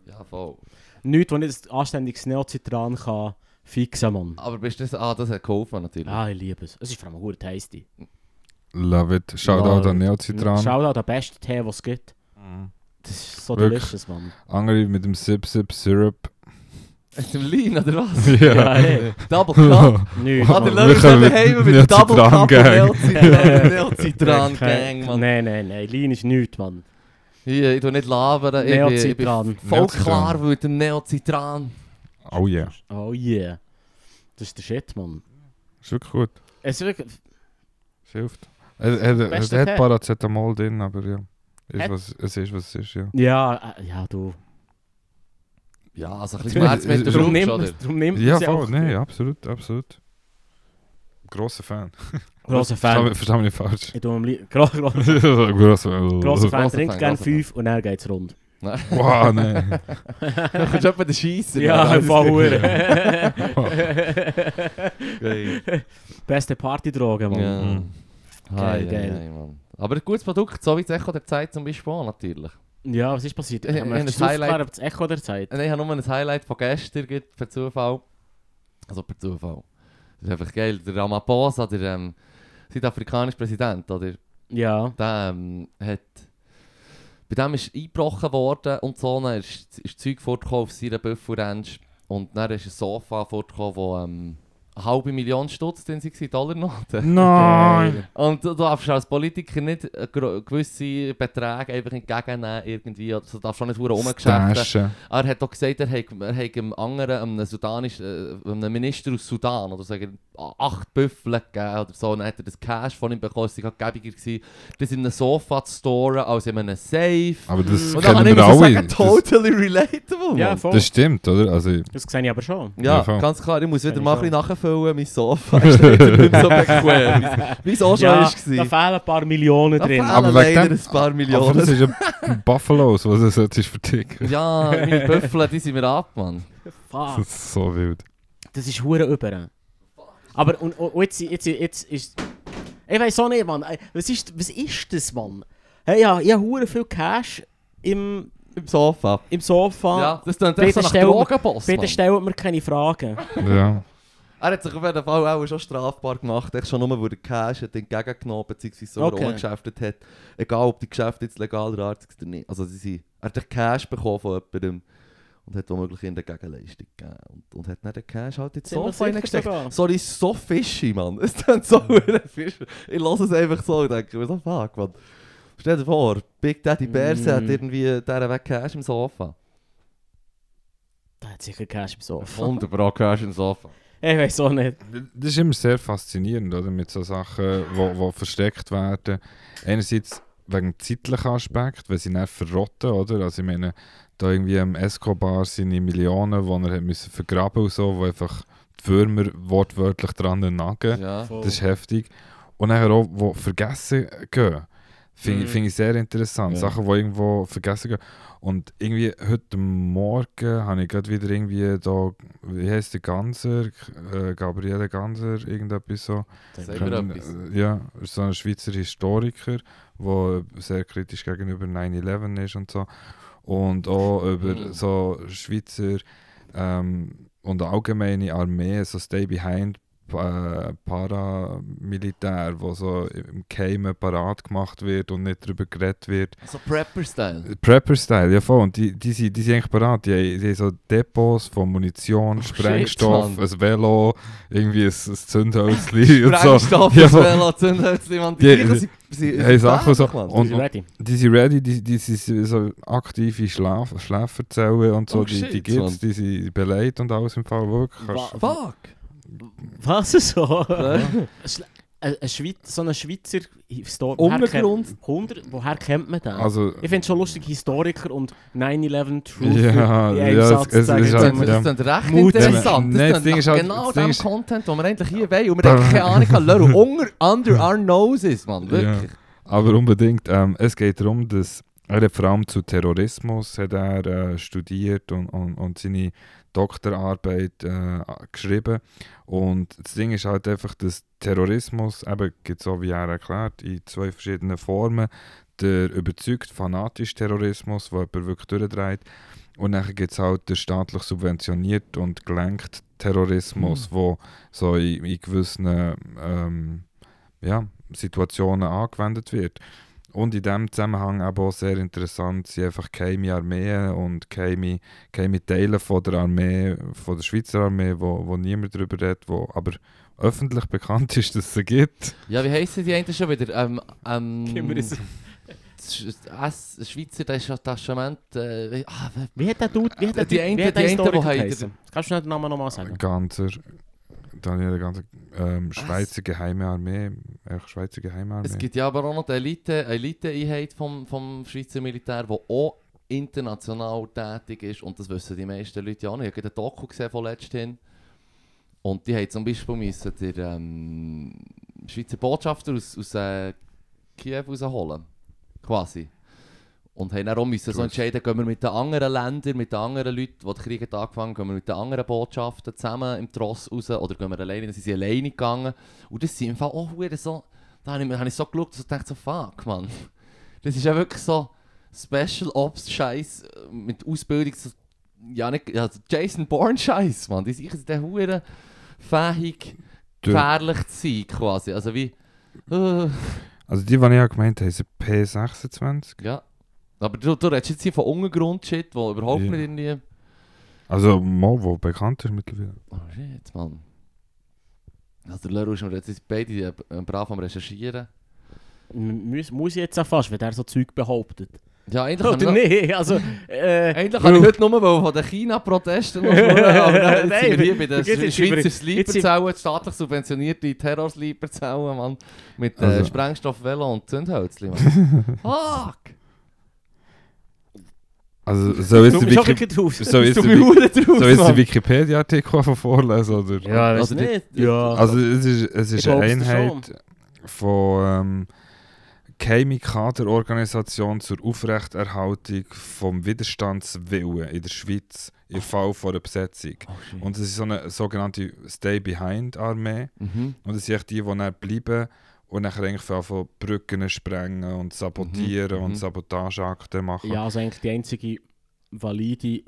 S2: Ja, voll.
S1: Nichts, wo nicht ein anständiges Neocitran kann fixen, Mann.
S2: Aber bist du das... Ah, das hat geholfen natürlich.
S1: Ah, ich liebe es. Es ist vor allem gut heiß.
S3: Love it. Shoutout
S2: Love
S3: an
S2: it.
S3: Neocitran.
S1: Schau da den besten Tee, den es gibt.
S2: Mhm.
S1: Das ist so
S3: Wirklich.
S1: delicious, Mann.
S3: Andere mit dem Sip Sip Syrup.
S2: Hast du Lean oder was?
S1: Ja, ey.
S2: Double Cup.
S1: Nichts,
S2: Ah, der
S1: Mann.
S3: Leute-
S2: Löwe ist
S3: können mit
S2: daheim mit
S3: Neocitran
S2: Double Cup und
S3: Gang.
S2: Neocitran- Neocitran-Gang, Mann.
S1: Nein, nein, nein. Lean ist nichts, Mann.
S2: Hier, eh, ich tu nicht labern. Ich bin, ich bin
S1: Neocitran.
S2: voll
S3: Neocitran.
S2: klar, weil der Neocitran.
S3: Oh yeah.
S1: Oh yeah. Das ist der Shit, Mann.
S3: Ist wirklich gut.
S1: Es ist wirklich...
S3: Es hilft. Er, er, er,
S1: Beste
S3: er hat
S1: Tee.
S3: Paracetamol drin, aber ja. Ist
S1: Hat-
S3: was, es ist, was es ist, ja.
S1: Ja, äh, ja, du.
S2: Ja, also ein bisschen
S3: Natürlich,
S2: Schmerzmittel
S3: es-
S1: Darum nimmt
S2: brauchst,
S1: man
S2: oder?
S1: es. Darum nimmt
S3: Ja,
S1: man's
S3: voll.
S1: auch.
S3: Nein, absolut, absolut. Grosser Fan.
S1: Grosser
S3: Versteh
S1: Fan.
S3: mich- Versteh mich nicht falsch.
S1: Ich tue am liebsten. Gro gro
S3: Grosser
S1: grosser Fan
S2: Grosser
S1: trinkt
S2: Fan,
S1: gerne
S2: grosser Fan.
S1: 5 und dann geht's rund.
S3: Wow, nein.
S2: Du kannst etwa den Scheissen.
S1: Ja, voll
S2: Geil.
S1: Huren. Beste Partydroge, Mann.
S2: Ja. Hi,
S1: geil.
S2: geil. Mann. Aber ein gutes Produkt, so wie das Echo der Zeit zum Beispiel auch natürlich.
S1: Ja, was ist passiert?
S2: Ich- ich-
S1: Möchtest
S2: ich-
S1: du
S2: Äh, Highlight-
S1: aufklären, ob das Echo der Zeit?
S2: Und ich habe nur ein Highlight von gestern gibt per Zufall. Also per Dus Zufall. Das ist einfach geil. Der Ramaphosa, der ähm, südafrikanische Präsident, oder?
S1: Ja.
S2: Der ähm, hat. Bei dem ist eingebrochen worden und so. Dann ist, ist Zeug vorgekommen auf seiner Büffelrange. Und dann ist ein Sofa vorgekommen, wo ähm, eine halbe Million Stutz drin waren,
S3: Mhm.
S2: Dollarnoten.
S3: Nein.
S2: Und du darfst als Politiker nicht äh, gro- gewisse Beträge einfach entgegennehmen, irgendwie. Oder so darfst du auch nicht rumgeschäften.
S3: Stashen.
S2: Er hat auch gesagt, er hat, er hat einem anderen, einem sudanischen, äh, einem Minister aus Sudan, oder sagen, acht Büffel gegeben oder so, und dann hat er das Cash von ihm bekommen, es war gäbiger, gewesen, das in einem Sofa zu storen, als in einem Safe.
S3: Aber das
S2: Mhm. und dann kann
S3: kennen
S2: ich
S3: wir
S2: mir so
S3: alle.
S2: sagen,
S3: das,
S2: totally relatable,
S1: Ja,
S2: Oh, Mann.
S1: voll.
S3: das
S1: Das,
S3: stimmt, oder? Also,
S1: sehe ich aber schon.
S2: Ja,
S3: Ja, voll.
S2: ganz klar, ich muss wieder
S1: Kenn
S2: mal ein
S1: ich
S2: bisschen nachfüllen, mein Sofa ist nicht so bequem, wie es auch schon
S1: Ja, da
S2: war.
S1: fehlen ein paar Millionen
S2: Da
S1: drin.
S2: fehlen
S3: Aber wegen
S2: leider
S3: dem-
S2: ein paar
S3: aber das
S2: Millionen.
S3: ist ja Buffaloes, was das jetzt ist vertickt.
S2: Ja, meine Büffel, die sind mir ab, Mann.
S1: Fuck.
S3: Das ist so wild.
S1: Das ist hure über. Aber und, und und jetzt, jetzt, jetzt ist. Ich weiß auch nicht, Mann. Ey, Was ist, was ist das, Mann? Hey, ja, ich habe hure viel Cash im,
S2: Im Sofa.
S1: im Sofa.
S2: Ja, das klingt echt
S1: Bitte
S2: so nach
S1: stell mir-
S2: Drogenboss,
S1: Bitte
S2: Mann.
S1: stellt mir keine Fragen.
S3: Ja.
S2: Er hat sich auf jeden Fall auch schon strafbar gemacht, echt schon nur, weil der Cash hat entgegengenommen bzw. so
S1: Okay.
S2: okay. geschäftet hat. Egal, ob die Geschäfte jetzt legal oder artig sind oder nicht. Also sie sind, er hat den Cash bekommen von jemandem und hat womöglich in der Gegenleistung gegeben. Und, und hat dann den Cash halt jetzt
S1: Sind
S2: so
S1: wir
S2: fein
S1: sicher
S2: gesteckt.
S1: sogar?
S2: Sorry, so fishy, Mann. Es klingt so verdammt fishy. Ich lasse es einfach so und denke mir so, fuck, Mann. Stell dir vor, Big Daddy Bears
S1: Mm.
S2: hat irgendwie dieser Weg Cash im Sofa.
S1: Da hat sicher Cash im Sofa.
S2: Wunderbar Cash im Sofa.
S1: Ich weiß auch nicht.
S3: Das ist immer sehr faszinierend, oder? Mit so Sachen, wo, wo versteckt werden. Einerseits wegen dem zeitlichen Aspekt, weil sie nicht verrotten, oder? Also ich meine, da irgendwie im Escobar seine Millionen, die er hat müssen vergraben und so, wo einfach die Würmer wortwörtlich dran nagen.
S2: Ja.
S3: Das ist heftig. Und nachher auch, wo vergessen gehen. Finde
S1: Mhm.
S3: ich- finde ich sehr interessant.
S2: Ja.
S3: Sachen, die irgendwo vergessen gehen. Und irgendwie heute Morgen habe ich gerade wieder irgendwie da, wie heißt der Ganser? Äh, Gabriele Ganser, irgendetwas so.
S2: Sag mir
S3: Können-
S2: etwas.
S3: äh, Ja, ist so ein Schweizer Historiker, der sehr kritisch gegenüber 9-11 ist und so. Und auch über
S2: Mhm.
S3: so Schweizer ähm, und allgemeine Armee, so Stay Behind äh, Paramilitär, wo so im Keimen parat gemacht wird und nicht darüber geredet wird.
S2: So Prepper-Style.
S3: Prepper-Style, ja voll. Und die, die, sind, die sind eigentlich parat. Die, haben- die haben so Depots von Munition,
S2: Oh, shit,
S3: Sprengstoff,
S2: Mann.
S3: ein Velo, irgendwie ein, ein Zündhölzchen und so.
S2: Sprengstoff
S3: Ja,
S2: ins
S3: voll.
S2: Velo, Zündhölzchen, Mann. eh, Die
S3: Ja,
S2: Kirchen
S3: ja.
S2: sind- sind...
S3: Hey, Sachen so.
S2: Mann.
S1: Und,
S3: Und-
S1: ready.
S3: Die sind ready, die, die sind so aktive Schlaf, Schläferzellen und so.
S2: Oh,
S3: die die
S2: shit,
S3: gibt's,
S2: Mann.
S3: die sind beleidigt und alles im Fall wirklich.
S1: Wa-
S3: Kannst-
S2: Fuck!
S1: Was so?
S2: Ja.
S1: Schle- Ein, ein Schweiz, so ein Schweizer Historiker.
S2: Untergrund.
S1: woher kennt man den?
S3: Also,
S1: ich finde es schon lustig, Historiker und 9-11 Truth.
S3: ja,
S1: in einem
S3: ja,
S1: Satz
S3: es, es
S1: sagen,
S3: ist
S1: dass
S2: Das
S1: man-
S3: halt,
S2: ist
S3: ja.
S2: dann recht
S1: Mut.
S2: interessant.
S3: Nein, das
S2: Das
S3: Ding
S2: ist
S3: ist halt-
S2: genau
S3: das
S2: dem
S3: Ding ist-
S2: Content, den wir eigentlich hier wollen. Und wir haben keine Ahnung, Lörl, under, under our noses, Mann. Wirklich.
S3: Aber unbedingt, ähm, es geht darum, dass er hat vor allem zu Terrorismus hat er, äh, studiert und, und, und seine Doktorarbeit äh, geschrieben. Und das Ding ist halt einfach, dass Terrorismus, eben gibt so wie er erklärt, in zwei verschiedenen Formen. Der überzeugt fanatische Terrorismus, wo jemand wirklich durchdreht. Und dann gibt es halt den staatlich subventioniert und gelenkt Terrorismus, wo so in, in gewissen ähm, ja, Situationen angewendet wird. Und in diesem Zusammenhang eben auch sehr interessant sind einfach geheime Armeen und geheime, geheime Teile von der Armee, von der Schweizer Armee, wo, wo niemand darüber redet, wo aber öffentlich bekannt ist, dass es sie gibt.
S2: Ja, wie heissen die eigentlich schon wieder? Ähm,
S1: Gib
S2: ähm,
S1: mir das-
S2: das Sch- das Schweizer Detachement. Äh, ah, wer-
S1: Wie hat der Dude, wie hat der
S2: Die
S1: Typ-
S2: einen-
S1: wie hat der
S2: die einen,
S1: Historiker
S2: die haben-
S1: geheißen? Kannst du nicht den Namen nochmal sagen?
S3: Ganzer, Daniel Ganzer, ähm, Schweizer Geheime Armee, äh, Schweizer Geheime Armee.
S2: es gibt ja aber auch noch die Elite- Elite-Einheit vom, vom Schweizer Militär, die auch international tätig ist. Und das wissen die meisten Leute ja auch nicht. Ich habe den Doku gesehen von letzthin. Und die haben zum Beispiel müssen den ähm, Schweizer Botschafter aus, aus äh, Kiew rausholen. Quasi. Und haben dann auch müssen so
S3: Krass.
S2: entscheiden, gehen wir mit den anderen Ländern, mit den anderen Leuten, die den Krieg haben angefangen haben, gehen wir mit den anderen Botschaften zusammen im Tross raus oder gehen wir alleine. Dann sind sie alleine gegangen. Und das sind im Fall auch wieder so... Da habe ich, mir- habe ich so geschaut und dachte so, fuck, man. Das ist ja wirklich so Special Ops-Scheiß mit Ausbildung. So, ja, nicht, also Jason Bourne-Scheiß, man. Die sind der Huren fähig,
S3: Dö.
S2: gefährlich zu sein, quasi. Also wie... äh,
S3: Also die, die ich auch gemeint habe, sind P26.
S2: Ja. Aber du, du redest jetzt hier von Untergrund-Shit, wo überhaupt
S3: Ja.
S2: nicht irgendwie...
S3: Also Mo, wo bekannt ist mittlerweile.
S2: Oh shit, Mann. Also Leru ist mir jetzt sind beide äh, äh, brav am Recherchieren.
S1: M- Muss, muss ich jetzt ja fast, wenn der so Zeug behauptet.
S2: Ja, eigentlich habe ich,
S1: Oder
S2: noch-
S1: nicht? Also, äh,
S2: eigentlich habe ich heute nur wollen von den China-Protesten noch schnurren, aber dann
S1: Nein,
S2: sind wir hier bei den
S1: jetzt sind wir-
S2: Sch- Schweizer
S1: jetzt sind-
S2: Sleeperzellen, staatlich subventionierte Terror-Sleeperzellen, Mann. Mit äh,
S3: Also-
S2: Sprengstoff, Velo und Zündhölzli, Mann. Fuck!
S3: Also soll jetzt
S1: du
S3: der
S1: bist auch
S3: Wiki-
S1: wirklich drauf.
S3: soll jetzt
S2: Du
S3: der
S2: bist
S3: Wiki-
S2: Hure drauf,
S3: soll jetzt
S2: Mann.
S3: der Wikipedia-Artikel einfach vorlesen? Oder?
S1: Ja, weiss
S2: Also die-
S1: nicht. Ja.
S3: Also es ist, es
S1: Ich
S3: ist eine
S1: glaub's dir
S3: Einheit von ähm, geheime Kaderorganisation zur Aufrechterhaltung vom Widerstandswillen in der Schweiz im Fall von der Besetzung.
S2: Oh, shit.
S3: Und es ist so eine sogenannte Stay-Behind-Armee.
S2: Mhm.
S3: Und es sind echt die, die dann bleiben und dann eigentlich von Anfang an Brücken sprengen und sabotieren
S2: Mhm,
S3: und
S2: mhm.
S3: Sabotageakte machen.
S1: ja, also eigentlich die einzige valide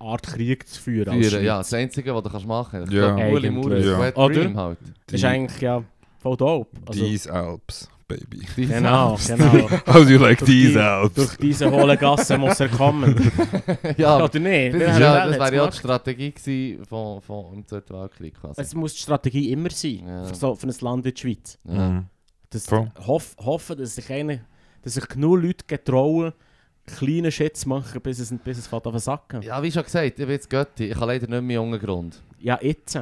S1: Art Krieg zu führen. als
S2: Führen,
S1: Schweiz.
S2: ja, das Einzige, was du kannst machen kannst.
S3: Ja.
S2: Uli
S1: Eigentlich.
S2: Maurer,
S3: Ja.
S2: Wet
S1: Oder?
S2: Dream halt.
S1: Das ist eigentlich ja voll dope. Also,
S3: These Alps, baby.
S2: Die-
S1: genau, genau.
S3: How do you like
S1: Durch die-
S3: these Alps?
S1: Durch diese hohle Gasse muss er kommen.
S2: ja,
S1: Oder nicht?
S2: das,
S1: Wir
S2: ist
S1: haben
S2: ja,
S1: den
S2: das
S1: jetzt
S2: wäre ja die
S1: gemacht.
S2: Strategie gewesen von, von, im Zweiten Weltkrieg quasi.
S1: Es muss die Strategie immer sein,
S2: Ja.
S1: für, so, für ein Land wie die Schweiz.
S2: ja.
S3: Mhm.
S1: Das
S3: Voll.
S1: hoff, hoffen, dass sich, eine, dass sich genug Leute getrauen, kleine Schätze zu machen, bis es, bis es fährt auf den Sacken. Ja.
S2: ja, wie schon gesagt, ich bin jetzt Götti. Ich habe leider nicht mehr Untergrund.
S1: jetzt.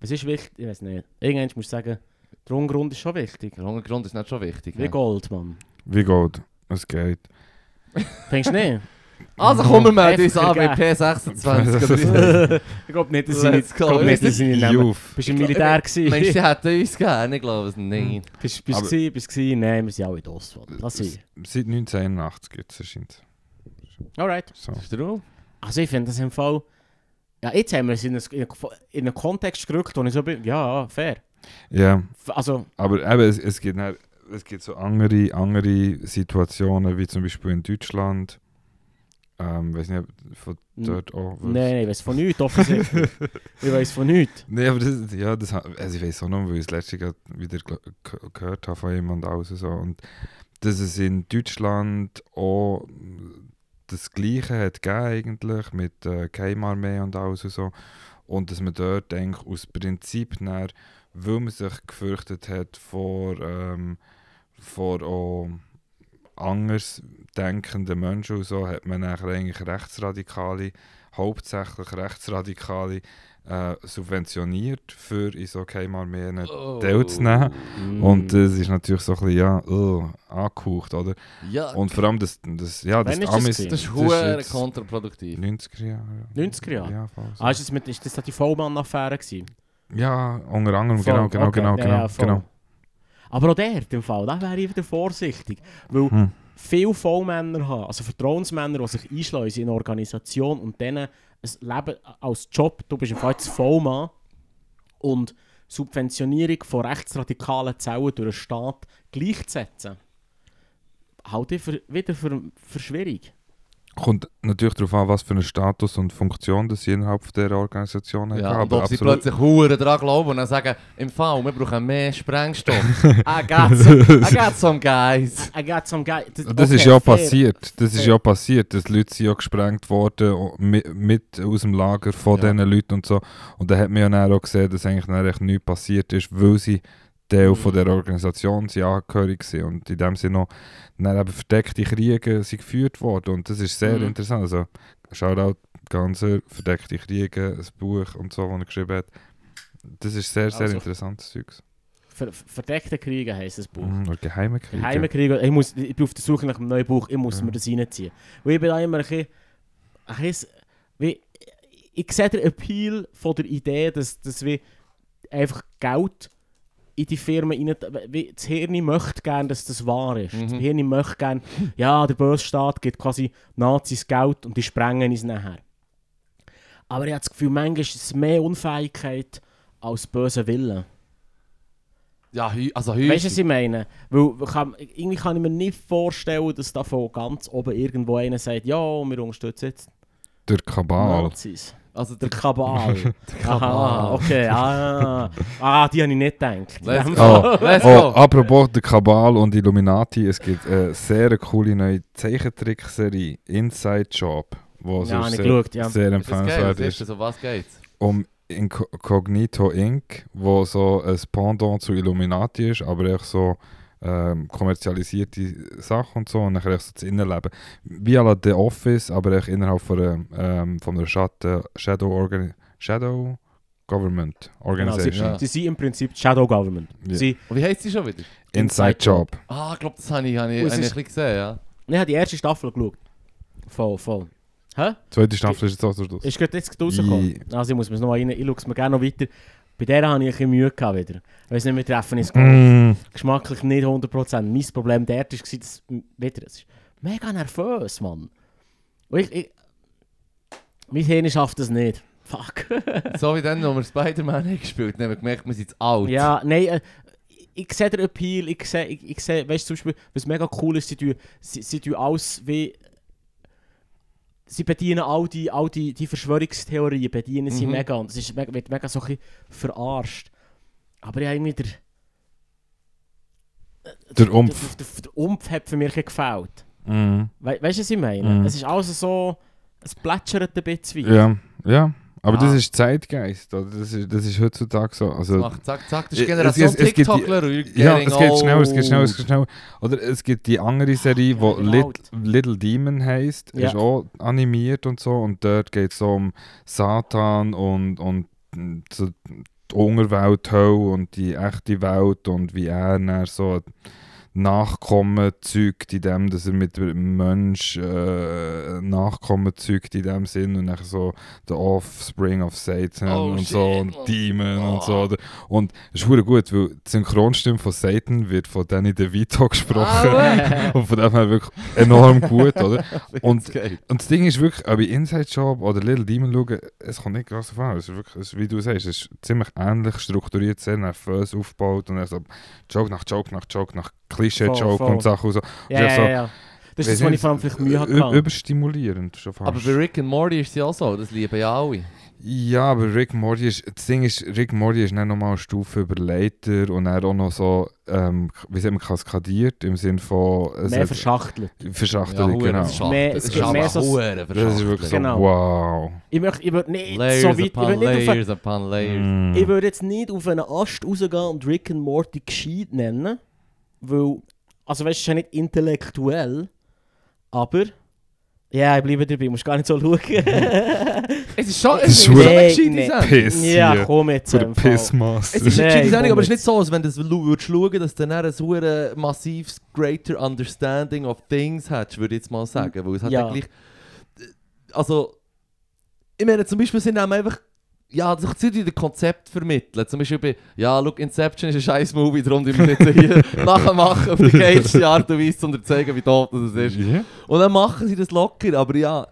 S1: Es ist wichtig, ich weiß nicht. Irgendwann muss ich sagen, der Untergrund ist schon wichtig.
S2: Der Untergrund ist nicht schon wichtig.
S1: Wie
S2: Ja.
S1: Gold, Mann.
S3: Wie geht? Es geht.
S1: Findest du nicht?
S2: Also kommen wir
S1: Heftiger
S2: uns an mit
S1: Gag.
S2: P26.
S1: ich glaube nicht, dass sie nicht,
S2: Let's
S1: ich
S2: go.
S1: glaub nicht, dass sie nicht nehmen.
S3: Juf.
S1: Bist du im Militär gewesen?
S2: Mensch, die hätten uns gegeben, ich glaube es nicht.
S3: Hmm.
S1: Bist bist du
S3: Aber-
S1: gewesen? Bist du gewesen? Nein, wir sind alle in Oswald. Lass sie.
S3: Seit 1981 gibt es erscheint.
S1: Alright.
S3: So.
S2: Ist der Ruf?
S1: Also ich finde das im Fall... Ja, jetzt haben wir es in einen, in einen- in einen Kontext gerückt, wo ich so bin, ja, fair.
S3: Ja,
S1: F- Also,
S3: aber eben, es, es, gibt, dann- es gibt so andere, andere Situationen, wie zum Beispiel in Deutschland. Ähm, weiß nicht, ob von
S1: n-
S3: dort auch.
S1: nein, Hm. nein, ich weiß von nichts, offensichtlich. ich weiß von nichts.
S3: Nee, aber das, ja, das, ha- also ich weiß auch noch, weil ich es letzte gerade wieder gl- ge- gehört habe von jemand aus so. und dass es in Deutschland auch das Gleiche hat gegeben eigentlich mit äh, Keimarmee und alles und so und dass man dort denkt, aus Prinzip nach, weil man sich gefürchtet hat vor ähm, vor auch anders denkenden Menschen und so, hat man nachher eigentlich rechtsradikale, hauptsächlich rechtsradikale äh, subventioniert, für in so Keimarmeen teilzunehmen.
S1: Mhm.
S3: Und das ist natürlich so ein bisschen, ja, uh, angehaucht, oder?
S2: Ja,
S3: Und vor allem, das, das ja, das
S1: Ah, Wann ist das
S3: Amis...
S1: gewesen?
S2: das ist
S3: das
S2: höher
S3: jetzt
S2: kontraproduktiv.
S3: 90er Jahre.
S1: 90er Jahre?
S3: Ja, voll so.
S1: Ah, ist das, mit, ist das da die Vollmann-Affäre gewesen?
S3: ja, unter anderem,
S1: Voll,
S3: genau, genau,
S1: okay.
S3: genau,
S1: Ja,
S3: genau,
S1: ja, voll.
S3: genau.
S1: Aber auch der, im Fall, da wäre ich wieder vorsichtig. Weil
S3: Hm.
S1: viele Vollmänner haben, also Vertrauensmänner, die sich einschleusen in eine Organisation und denen ein Leben als Job, du bist im Fall jetzt Vollmann und Subventionierung von rechtsradikalen Zellen durch den Staat gleichzusetzen, halte ich für, wieder für, für schwierig.
S3: Kommt natürlich darauf an, was für einen Status und Funktion das sie innerhalb von dieser Organisation haben.
S2: Ja, und
S3: aber
S2: ob sie
S3: absolut.
S2: plötzlich Huren dran glauben und dann sagen, im Fall, wir brauchen mehr Sprengstoff. I got some, I got some guys.
S1: I got some guy. Das,
S3: Das ist
S1: okay,
S3: ja
S1: fair.
S3: passiert. Das ist
S1: Fair.
S3: ja passiert. Dass Leute sind ja gesprengt worden o- mi- mit aus dem Lager von
S2: Ja.
S3: diesen Leuten und so. Und da hat man ja dann auch gesehen, dass eigentlich dann echt nichts passiert ist, weil sie Teil
S1: Mhm.
S3: von der Organisation sie angehörig sind. Und in dem Sinne noch dann eben verdeckte Kriege sind geführt worden. Und das ist sehr
S1: Mhm.
S3: interessant. Also, Shoutout Ganzer, verdeckte Kriege, ein Buch und so, das er geschrieben hat. Das ist sehr, sehr
S1: Also.
S3: interessantes Zeug.
S1: Ver, verdeckte Kriege heisst das Buch.
S3: Mhm. Oder geheime Kriege.
S1: Geheime Kriege. Ich, muss, ich bin auf der Suche nach einem neuen Buch, ich muss
S3: Ja.
S1: mir das reinziehen. Weil ich bin da immer ein bisschen, ein bisschen wie, ich sehe den Appeal von der Idee, dass, dass wir einfach Geld in die Firmen rein... Wie, das Hirn möchte gerne, dass das wahr ist. Das
S2: Mhm.
S1: Hirn möchte gerne, ja, der Börsstaat gibt quasi Nazis Geld und die sprengen es nachher. Aber ich habe das Gefühl, manchmal ist es mehr Unfähigkeit als böser Wille.
S2: Ja, hü- also
S1: Weißt du,
S2: häufig.
S1: was ich meine? Weil wir kann, irgendwie kann ich mir nicht vorstellen, dass da von ganz oben irgendwo einer sagt, ja, wir unterstützen jetzt
S3: Der Kabal.
S1: Nazis.
S2: Also der
S1: Der Kabal. der
S2: Kabal.
S1: Aha, okay, ah, ah, die habe ich nicht gedacht. In
S2: Let's
S1: dem Fall.
S3: Oh,
S2: Let's
S3: oh,
S2: go.
S3: apropos der Kabal und Illuminati, es gibt eine sehr coole neue Zeichentrickserie Inside Job, wo
S1: Ja,
S3: so
S1: habe ich
S3: sehr,
S1: geschaut, ja.
S3: sehr
S2: Ist das geil?
S3: empfehlenswert
S2: Was ist
S3: ist.
S2: das? Um was geht's?
S3: Um Incognito Inc., wo so ein Pendant zu Illuminati ist, aber echt so ähm, kommerzialisierte Sachen und so und dann echt so das Innenleben. Wie à la The Office, aber echt innerhalb von der, ähm, von der Schatten, Shadow, Organ Shadow Government
S1: Genau, sie,
S3: Organization.
S2: Ja.
S1: sie sind im Prinzip die Shadow Government.
S3: Ja.
S1: Sie,
S2: Und wie heisst sie schon wieder?
S3: Inside Job.
S2: Ah, ich glaube, das habe ich, habe
S1: Und
S2: ich,
S1: es
S2: habe ich
S1: ist-
S2: ein bisschen gesehen, ja.
S1: ich habe die erste Staffel geschaut. Voll, voll. Hä?
S3: Zweite Staffel ist jetzt auch so durch.
S1: Ist gerade jetzt rausgekommen? Also ich muss mir's noch rein, ich schaue es mir gerne noch weiter. Bei der habe ich ein bisschen Mühe gehabt wieder. Ich weiß nicht, wir treffen uns geschmacklich nicht 100%. Mein Problem dort war, dass m- wieder, es ist mega nervös, Mann. Und ich, ich, mein Hirn schafft das nicht. Fuck.
S2: So wie dann, wo wir Spider-Man haben gespielt haben, haben wir gemerkt, wir sind zu alt.
S1: ja, nein, äh, ich- ich sehe den Appeal, ich sehe, ich, ich sehe, weißt du, zum Beispiel, was mega cool ist, sie tun, sie, sie tun alles wie sie bedienen all die, all die, die Verschwörungstheorien, bedienen sie
S2: Mhm.
S1: mega und es ist, mega- wird mega so ein bisschen verarscht. Aber ich habe irgendwie der, äh,
S3: Der Umf.
S1: der, der, der Umf hat für mich gefällt.
S3: Mhm.
S1: We weißt du, was ich meine?
S3: Mhm.
S1: Es ist also so, es plätschert ein bisschen.
S3: Ja, ja. Aber das
S1: Ah.
S3: ist Zeitgeist, oder? Das ist, das ist heutzutage so. Also,
S2: Macht, zack, zack, das
S3: Es-
S2: ist
S3: es-
S2: Generation
S3: es gibt die-
S2: TikTokler. oh, you're
S3: Ja,
S2: getting
S3: es geht schnell, es geht schnell, es
S2: old.
S3: geht schnell. Oder es gibt die andere
S1: Ja,
S3: Serie, die
S1: genau.
S3: Little, Little Demon heisst,
S1: Ja.
S3: ist auch animiert und so. Und dort geht es so um Satan und, und so die Unterwelt, Hölle und die echte Welt und wie er dann so Nachkommen zeugt in dem, dass er mit dem Mensch äh, Nachkommen zeugt in dem Sinn und dann so der Offspring of Satan
S2: Oh,
S3: und
S2: shit,
S3: so und
S2: Mann.
S3: Demon und so.
S2: Oh.
S3: Oder und es ist verdammt gut, weil die Synchronstimme von Satan wird von Danny DeVito gesprochen.
S2: Ah,
S3: und von dem her wirklich enorm gut, oder? Und,
S2: geil.
S3: und das Ding ist wirklich, ob ich Inside Job oder Little Demon schaue, es kommt nicht groß davon. Es ist wirklich, es, ist, wie du sagst, es ist ziemlich ähnlich strukturiert, sehr nervös aufgebaut und dann so Joke nach Joke nach Joke nach
S1: Voll,
S3: Klischee-Joke
S1: voll.
S3: und Sachen und so.
S1: ja,
S3: Ja, so-
S1: ja, ja. Das ist das, was
S3: Weiss nicht,
S1: ich vor allem vielleicht Mühe
S3: ü-
S1: hatte.
S3: Überstimulierend schon fast.
S2: Aber bei Rick and Morty ist sie auch so, das lieben ja alle.
S3: Ja, aber Rick Morty ist, das Ding ist, Rick Morty ist nicht nochmal eine Stufe überleiter und er auch noch so, ähm, wie sagt man, kaskadiert im Sinne von es
S1: Mehr
S3: hat-
S1: verschachtelt.
S3: Verschachtelung, genau.
S1: ist- Mehr- es gibt mehr so-
S3: Das ist wirklich so,
S1: Genau.
S3: wow.
S1: Ich, möchte, ich würde nicht
S2: Layers
S1: so weit... Ich
S2: upon
S1: würde nicht, auf,
S2: layers upon layers.
S3: Mm.
S1: ich würde jetzt nicht auf einen Ast rausgehen und Rick and Morty gescheit nennen. Weil... Also weißt du, es ist ja nicht intellektuell. Aber... Ja, ich bleibe dabei. musst gar nicht so schauen.
S2: Es ist schon,
S1: Es
S2: es ist
S3: ist
S2: schon eine
S1: wirklich-
S2: gescheite
S1: Nee, nee.
S2: Sendung.
S3: Piss
S1: ja,
S3: hier.
S1: komm jetzt. ähm, im
S3: Für den
S1: Fall.
S2: Es
S3: Pissmaster.
S2: ist eine
S1: Nee,
S2: gescheite Sendung, aber es
S1: komisch.
S2: ist nicht so, als wenn du schauen würdest, schauen, dass du dann ein hure massives greater understanding of things hättest, würde ich jetzt mal sagen. Weil es hat
S1: Ja.
S2: ja. gleich... Also... Ich meine, zum Beispiel sind nämlich einfach... Ja, das sind die Konzept vermitteln. Zum Beispiel bei... Ja, look, Inception ist ein scheiß Movie, darum die wir jetzt hier nachmachen auf die geilste Art und Weise, um dir zu zeigen, wie doof das ist.
S3: Ja.
S2: Und dann machen sie das locker, aber ja,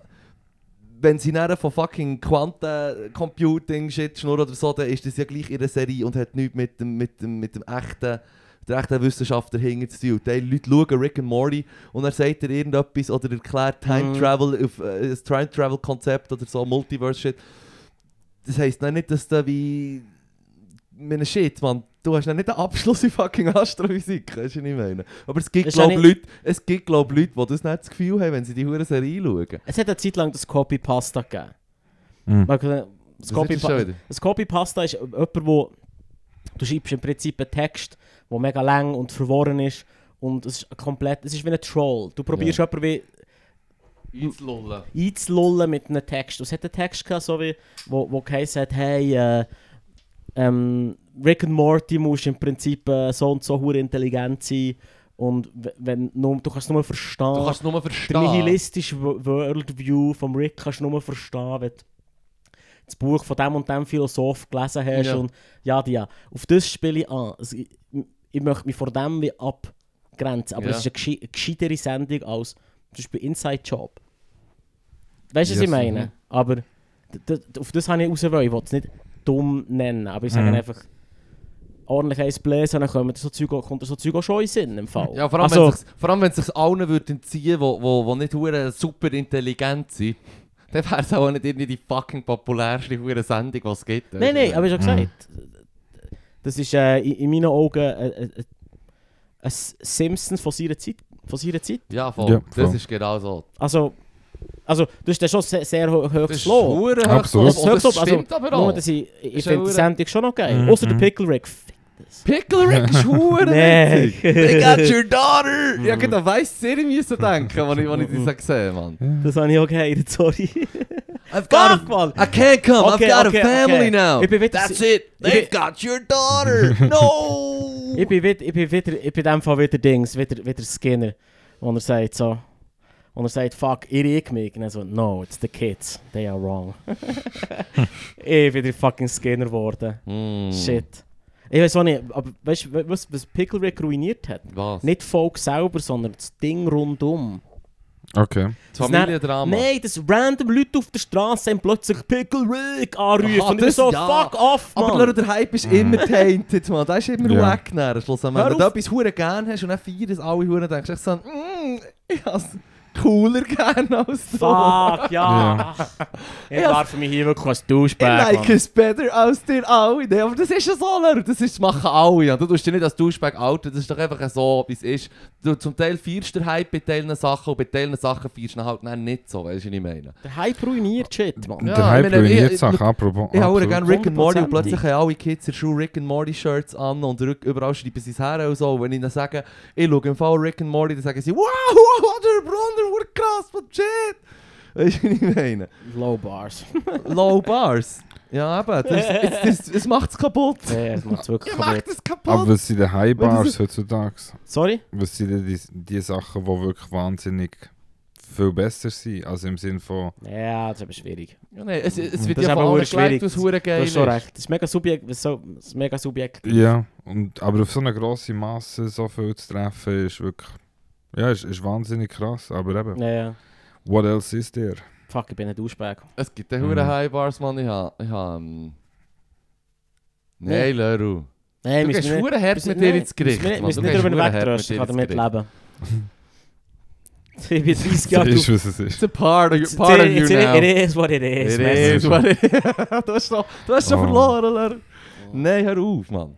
S2: wenn sie näher von fucking Quantencomputing-Shit schnurren oder so, dann ist das ja gleich ihre Serie und hat nichts mit dem, mit dem, mit dem echten, der echten Wissenschaft dahinter zu tun. Und Die Leute schauen Rick and Morty und dann sagt er irgendetwas oder erklärt Time
S1: Mhm.
S2: Travel, auf, äh, das Time Travel Konzept oder so, Multiverse-Shit. Das heisst dann nicht, dass da wie. Meine Shit, Mann. Du hast dann nicht den Abschluss in fucking Astrophysik, weißt du, was ich meine? Aber es gibt,
S1: Ist ja
S2: glaube ich,
S1: nicht-
S2: Leute, es gibt, glaub, Leute, die das nicht das Gefühl haben, wenn sie die hure Serie schauen.
S1: Es hat eine Zeit lang das Copy-Pasta gegeben.
S3: Mhm.
S1: Man kann- Das
S2: Hm. Was ist das schon
S1: Copy-Pa-
S2: wieder?
S1: das Copy-Pasta ist jemand, wo du schreibst im Prinzip einen Text, der mega lang und verworren ist und es ist komplett, es ist wie ein Troll. Du probierst jemanden wie
S2: Einzulullen.
S1: einzulullen mit einem Text. Und es hat einen Text gehabt, so wie, wo, wo geheißen hat, hey, äh, ähm, Rick and Morty muss im Prinzip äh, so und so hure intelligent sein und w- wenn, nur, du kannst nur verstehen.
S2: Du kannst es nur
S1: Ah. Der
S2: verstehen.
S1: nihilistische Wo- Worldview von Rick kannst du nur verstehen, wenn du das Buch von dem und dem Philosoph gelesen hast
S2: Ja.
S1: und ja, ja. Auf das spiele ich an. Also, ich, ich möchte mich vor dem wie abgrenzen, aber
S2: Ja.
S1: es ist eine, gesche eine gescheitere Sendung als zum Beispiel Inside Job. Weißt du, was
S3: Yes,
S1: ich meine?
S2: mhm.
S1: Aber d- d- d- auf das habe ich raus wollen. Ich wollte es nicht dumm nennen, aber ich sage
S3: Mhm.
S1: einfach ordentlich eins bläsen, dann kommt so Zeug, kommt so Zeug auch schon in den Sinn im Fall.
S2: Ja, vor allem,
S1: also,
S2: wenn sich's- vor allem, wenn es sich allen würde entziehen würde, die, die nicht hure super intelligent sind, dann wäre es auch nicht irgendwie die fucking populärste hure Sendung, die es gibt.
S1: Nein, nein, aber ich habe schon
S3: Mhm.
S1: gesagt, das ist äh, in, in meinen Augen äh, äh, äh, ein Simpsons von seiner Zeit. Von seiner Zeit.
S2: Ja, voll.
S3: Ja,
S2: Das
S3: voll.
S2: ist genau so.
S1: Also, also dus das ist dann schon sehr, sehr ho
S2: Das
S1: hohes
S2: ist
S1: Lob.
S2: hure
S3: Absolut.
S2: hoch- Und das
S1: Höchstlob, also,
S2: stimmt aber
S1: Nur,
S2: auch.
S1: dass ich, ich
S2: Ist ja
S1: finde die
S2: hure-
S1: Sendung schon noch geil.
S3: Mhm.
S1: Außer der Pickle Rick. Fick das.
S2: Pickle Rick ist hure
S1: Nee.
S2: witzig. They got your daughter. Ja, genau, weiss sehr müssen denken, wenn ich, wenn ich das so gesehen habe, Mann.
S1: Das habe ich auch gehabt, sorry.
S2: I've got
S1: Fuck, Mann!
S2: I can't come.
S1: Okay,
S2: I've got
S1: okay,
S2: a family
S1: okay.
S2: now.
S1: Ich bin wieder-
S2: That's it.
S1: bin-
S2: They've got your daughter. No.
S1: Ich bin, wieder, ich bin wieder, ich bin in dem Fall wieder Dings, wieder, wieder Skinner. Und er sagt so, und er sagt, fuck, irre ich mich? Und er so, no, it's the kids, they are wrong. ich bin wieder fucking Skinner geworden.
S2: Mm.
S1: Shit. Ich weiß auch nicht, aber weißt du, was, was Pickle Rick ruiniert hat?
S2: Was?
S1: Nicht Folk selber, sondern das Ding rundum.
S3: Okay.
S2: Das Familiendrama.
S1: Nein, dass random Leute auf der Straße haben plötzlich Pickle Rick anrufen.
S2: Aha,
S1: und ich
S2: das-
S1: so,
S2: ja.
S1: fuck off, Mann!
S2: Aber Leute, der Hype ist immer tainted, man. Das ist immer
S3: Ja.
S2: weg nachher, schlussendlich.
S1: Hör
S2: Wenn du
S1: auf.
S2: etwas hure gern hast und dann feierst es alle hure, denkst du echt so, mm, ich has- cooler gerne als du.
S1: Fuck, ja. Ich
S2: Ja.
S1: darf mich hier wirklich als
S2: Ich
S1: Duschbag.
S2: like es besser als dir alle. Nee, aber das ist ja so, Lehrer. das ist, das machen alle. Ja. Du tust dich nicht als Duschbag outen, das ist doch einfach so, wie es ist. Du, zum Teil feierst du Hype bei Teilen Sachen und bei Teilen Sachen feierst du halt dann nicht so, weißt du, was ich meine?
S1: Der Hype ruiniert Shit, Mann.
S2: Ja,
S3: der Hype
S2: ich meine, ich-
S3: ruiniert
S2: ich-
S3: Sachen, apropos.
S2: Ich habe
S3: absolut.
S2: gerne Rick and Morty und
S1: Hundertprozentig.
S2: plötzlich haben alle Kids in der Schule Rick and Morty Shirts an und rück- überall schreiben sie es her und so. Und wenn ich dann sage, ich schaue im Fall Rick and Morty, dann sagen sie, wow, wow, der Bruder, wurde krass, was shit. Weißt du, was ich meine?
S1: Low Bars.
S2: Low Bars. Ja, eben, das, das, das, das macht's kaputt.
S1: Nee, das macht's wirklich
S2: Ihr
S1: kaputt.
S2: macht es
S1: Ah,
S3: Aber
S2: kaputt.
S3: was sind denn High
S2: Weil das
S3: Bars
S2: ist-
S3: heutzutage?
S1: Sorry?
S3: Was sind denn die, die Sachen, die wirklich wahnsinnig viel besser sind? Also im Sinne von,
S1: Ja, das ist aber schwierig.
S2: Ja, nee, es, es wird
S1: Das ist
S2: ja
S1: aber
S2: von allen
S1: verdammt schwierig.
S2: gelegt, was hure
S1: Du
S2: geil
S1: hast schon
S2: ist.
S1: recht. Das ist mega subjekt. was soll- Das ist mega subjekt.
S3: ja, und, aber auf so eine grosse Masse so viel zu treffen, ist wirklich, ja, ist, ist wahnsinnig krass. Aber eben,
S1: Ja, ja.
S3: what else is there?
S1: Fuck, ich bin ein Duschbag.
S2: Es gibt ja hure
S1: Mm.
S3: Mhm.
S2: High Bars, Mann. Ich habe... Ich ha, ähm, Nein, Leru.
S1: Nein,
S2: Du
S1: wir
S2: gehst
S1: müssen nicht-
S2: hure hart
S1: müssen-
S2: mit dir
S1: nein,
S2: ins Gericht.
S1: müssen Wir
S2: Mann. Du
S1: müssen nicht
S2: gehst
S1: darüber
S2: hure hart mit
S1: wegtrösten,
S2: dir
S1: ich
S2: ins
S1: kann damit
S2: Gericht.
S1: leben. Ich bin 30
S3: Ja,
S1: Jahre
S3: ist, was es
S2: It's
S3: ist.
S2: a part of,
S1: It's-
S2: part of you
S1: it's-
S2: now.
S1: It is what it is.
S2: It
S1: man.
S2: is Oh. what it is. Du hast schon, du hast schon
S3: Oh.
S2: verloren, Leru. Nein, hör auf, Mann.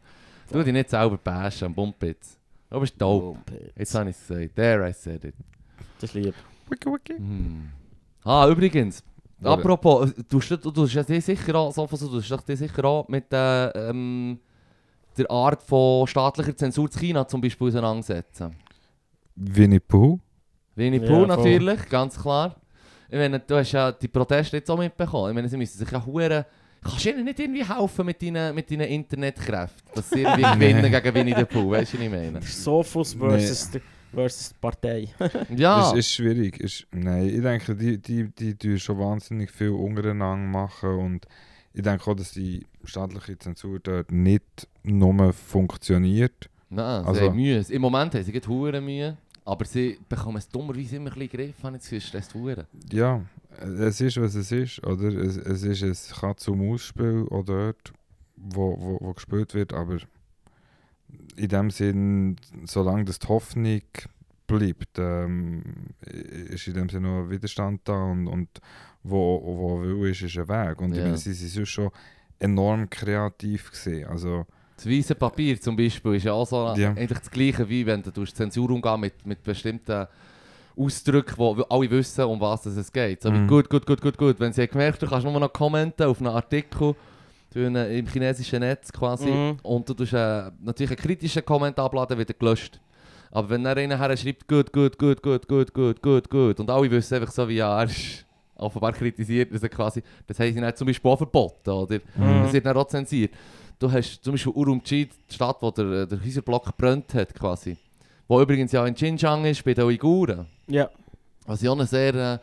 S2: Du dich nicht selber bashen am Bumpitz. Du bist
S1: Oh.
S2: dope. Jetzt habe ich es gesagt. There I said it.
S1: Das ist lieb.
S3: Wiki, wiki.
S2: Hm. Ah, übrigens.
S3: Oder-
S2: Apropos, äh, du hast- du hast ja dich sicher an, so so, du hast doch dich sicher an mit äh, ähm, der Art von staatlicher Zensur zu China zum Beispiel auseinandersetzen.
S3: Winnie Pooh?
S2: Winnie
S1: Ja,
S2: Pooh
S1: voll.
S2: natürlich, ganz klar. Ich meine, du hast ja die Proteste jetzt auch mitbekommen. Ich meine, sie müssen sich ja hure. Kannst du ihnen nicht irgendwie helfen mit deinen, mit deinen Internetkräften, dass sie irgendwie gewinnen gegen Winnie the Pooh, weißt du, was ich meine?
S1: Der Sophos versus, die- versus die Partei.
S2: Ja,
S3: Ist, ist schwierig. Ist, nein, ich denke, die, die, die tun schon wahnsinnig viel untereinander machen und ich denke auch, dass die staatliche Zensur dort nicht nur funktioniert.
S2: nein, sie
S3: Also-
S2: haben Mühe. Im Moment haben sie gerade hure Mühe, aber sie bekommen es dummerweise immer ein bisschen in den Griff, habe ich das Gefühl, es stresst hure.
S3: Ja, es ist, was es ist, oder? Es, es ist ein Katz-und-Maus-Spiel auch dort, wo, wo, wo gespielt wird, aber in dem Sinn, solange das die Hoffnung bleibt, ähm, ist in dem Sinne noch ein Widerstand da und, und wo, wo will ist, ist ein Weg. Und
S2: Ja.
S3: ich meine, sie sind sonst schon enorm kreativ gesehen. Also,
S2: Das weiße Papier zum Beispiel ist ja auch so
S3: Ja.
S2: eigentlich das gleiche, wie wenn du tust Zensur umgehst mit, mit bestimmten Ausdrücken, wo alle wissen, um was es es geht. So wie
S3: Mhm.
S2: gut, gut, gut, gut, gut. Wenn sie haben gemerkt du kannst nur noch kommenten auf einen Artikel du einen- im chinesischen Netz quasi
S1: Mhm.
S2: und du tust äh, natürlich einen kritischen Kommentar abladen, wird er gelöscht. Aber wenn dann einer her schreibt, gut, gut, gut, gut, gut, gut, gut, gut und alle wissen einfach so, wie ja, er ist offenbar kritisiert, also quasi, das haben sie dann zum Beispiel auch verboten, oder? Das wird dann auch zensiert. Du hast zum Beispiel Urumqi, die Stadt, wo der, äh, der Häuserblock brennt hat, quasi. Wo übrigens ja in Xinjiang ist, bei den Uiguren.
S1: Ja.
S2: Was ja auch eine sehr, äh,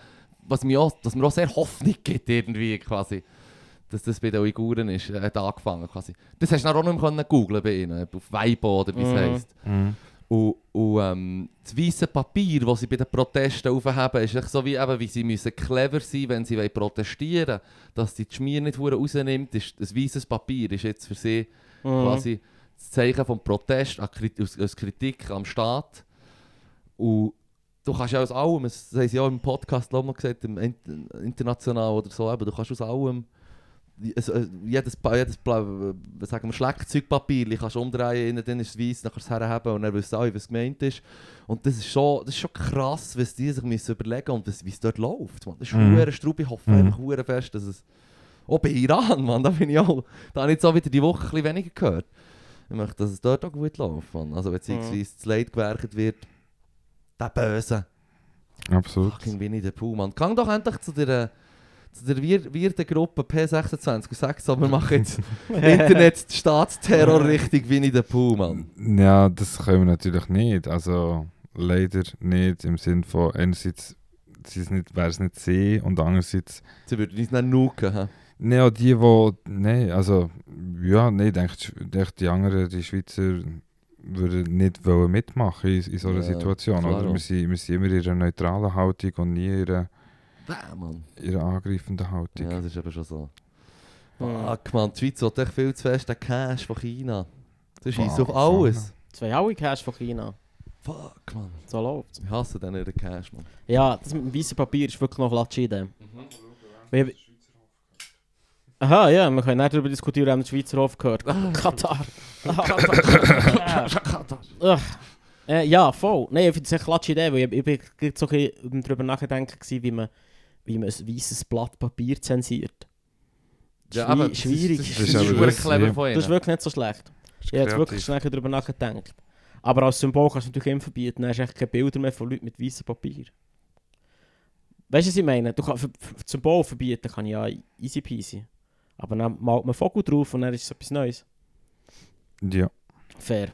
S2: was mir auch, dass mir auch sehr Hoffnung gibt irgendwie, quasi. Dass das bei den Uiguren ist, äh, hat angefangen quasi. Das hast du dann auch nicht mehr können googlen bei ihnen, auf Weibo oder wie es
S1: Mhm.
S2: heisst. Und, und ähm, das weiße Papier, das sie bei den Protesten aufheben, ist echt so wie, eben, wie sie müssen clever sein wenn sie wollen protestieren Dass sie die Schmier nicht hure rausnimmt, ist das weißes Papier ist jetzt für sie
S1: Mm.
S3: Mhm.
S2: quasi das Zeichen vom Protest an Kri- aus, aus Kritik am Staat. Und du kannst ja aus allem, das haben sie ja im Podcast auch mal gesagt, im In- international oder so, eben, du kannst aus allem also, äh, jedes, Pa- jedes Pla- äh, was sagen wir, Schleckzeugpapier ich kannst du umdrehen, innen drin ist es weiss, dann kannst du es herheben und dann wissen alle, was gemeint ist. Und das ist schon, das ist schon krass, was die sich müssen überlegen und was- wie es dort läuft. Mann. Das ist
S3: Mhm.
S2: mhm. Strub, ich hoffe
S3: Mhm.
S2: einfach hure fest, dass es... Auch bei Iran, Mann, da bin ich auch... Da habe ich jetzt auch wieder die Woche ein bisschen weniger gehört. Ich möchte, dass es dort auch gut läuft, Mann. Also beziehungsweise das Leid gewerkt wird. Der Böse.
S3: absolut.
S2: Fucking bin ich der Puh, Mann. Gang doch endlich zu der... Zu der Wir- Wirtengruppe P26 und sag so, wir machen jetzt Internet-Staatsterror richtig wie in der Puh, Mann.
S3: Ja, das können wir natürlich nicht. Also leider nicht im Sinne von einerseits sie es nicht, wäre es nicht sie und andererseits
S2: Sie würden uns dann nuken, hä?
S3: Nein, auch die, die. Nein, also. Ja, nein, denkt, denkt die anderen, die Schweizer, würden nicht wollen mitmachen in, in so einer
S2: Ja,
S3: Situation.
S2: klar.
S3: Oder? Wir, sind, wir sind immer in einer neutralen Haltung und nie in einer,
S2: Bäh, Mann.
S3: in einer angreifenden Haltung.
S2: Ja, das ist eben schon so.
S1: Mm.
S2: Fuck, Mann, die Schweiz hat echt viel zu fest den Cash von China. Das ist
S3: Fuck,
S2: auf alles.
S1: Zwei Haue Cash von China.
S2: Fuck, Mann.
S1: So läuft's.
S2: Ich hasse den ihren Cash, Mann.
S1: Ja, das mit dem weißen Papier ist wirklich noch Latschide. Mhm. Aha, ja, wir können nicht darüber diskutieren, wir haben den Schweizer Hof gehört. Katar. Ah. Ugh. Äh, ja, voll. Nein, ich finde es echt Latschide, weil ich, ich bin gerade so ein bisschen darüber nachdenken, gewesen, wie man, wie man ein weißes Blatt Papier zensiert. Schwi-
S2: aber das ist-
S1: schwierig.
S2: Das ist,
S3: Das
S2: das
S3: ist aber
S2: ist verdammt
S3: das, ja.
S2: clever von
S1: Das ist
S2: ihnen.
S1: Dus wirklich nicht so schlecht.
S3: Das ist
S1: Ich habe wirklich
S3: kreativ.
S1: schnell darüber nachgedacht. Aber als Symbol kannst du natürlich immer verbieten, dann hast du echt keine Bilder mehr von Leuten mit weißem Papier. Weißt du, was ich meine? Du kannst für, für das Symbol verbieten, kann ja easy peasy. Aber dann malt man Vogel drauf und dann ist es etwas Neues.
S3: Ja.
S1: Fair.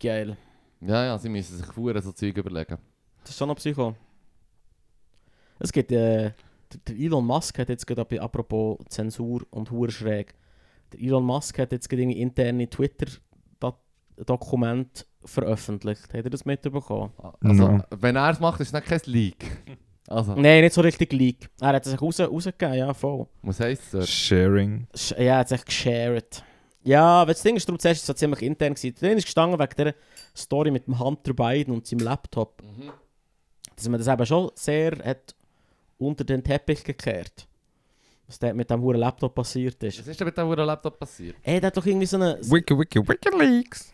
S1: Geil.
S2: Ja, ja, sie müssen sich vorher so Zeug überlegen.
S1: Das ist schon ein Psycho. Es gibt, äh, der, der Elon Musk hat jetzt gerade, apropos Zensur und Hurschräg, der Elon Musk hat jetzt gerade irgendwie interne Twitter-Dokument veröffentlicht. Habt ihr das mitbekommen?
S2: Also,
S3: No.
S2: wenn er es macht, ist es nicht kein Leak. Also,
S1: Nein, nicht so richtig Leak. Er hat es sich raus, rausgegeben, ja, voll.
S2: was heisst es dort?
S3: Sharing.
S1: Sch- Ja, er hat sich geshared. Ja, aber das Ding ist, darum zuerst war es ziemlich intern. Gewesen. Drin ist gestanden wegen dieser Story mit dem Hunter Biden und seinem Laptop.
S2: Mhm.
S1: Dass man das eben schon sehr hat unter den Teppich gekehrt. Was dort mit dem hohen Laptop passiert ist.
S2: Was ist denn mit dem verdammten Laptop passiert?
S1: Ey, der hat doch irgendwie so eine...
S3: Wiki, wiki, WikiLeaks.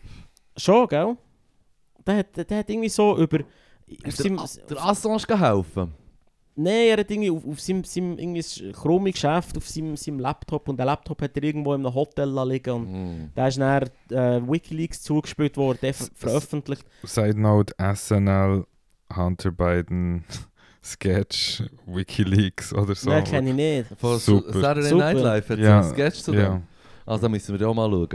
S1: Schon, gell? Der hat, der hat irgendwie so über... Auf
S2: Ist der,
S1: seinem,
S2: der Assange geholfen?
S1: Nein, er hat irgendwie auf, auf seinem, seinem irgendwie sch- chromi Geschäft, auf seinem, seinem Laptop und der Laptop hat er irgendwo in einem Hotel lassen liegen und
S3: Hmm.
S2: Hm.
S1: da ist dann äh, Wikileaks zugespielt worden, der ver veröffentlicht.
S3: Side note, SNL, Hunter Biden, Sketch, WikiLeaks oder so.
S1: Nein, kenne ich nicht.
S2: Von
S3: Super.
S2: Saturday
S1: Super.
S2: Night Live hat
S3: Ja.
S2: so einen Sketch zu
S3: Ja.
S2: dem. Also, da müssen wir ja auch mal schauen.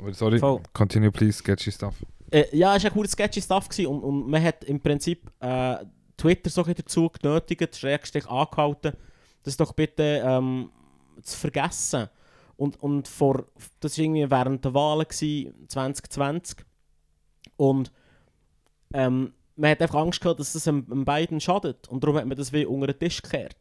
S3: Aber Oh, sorry,
S1: Voll.
S3: continue please, sketchy stuff.
S1: Äh, ja, es war ein sketchy Stuff gewesen und, und man hat im Prinzip äh, Twitter so ein bisschen dazu genötigt, schrägstrich angehalten, das doch bitte ähm, zu vergessen. Und, und vor, das war irgendwie während der Wahlen gewesen, 2020. Und ähm, man hat einfach Angst gehabt, dass es am am Biden schadet. Und darum hat man das wie unter den Tisch gekehrt.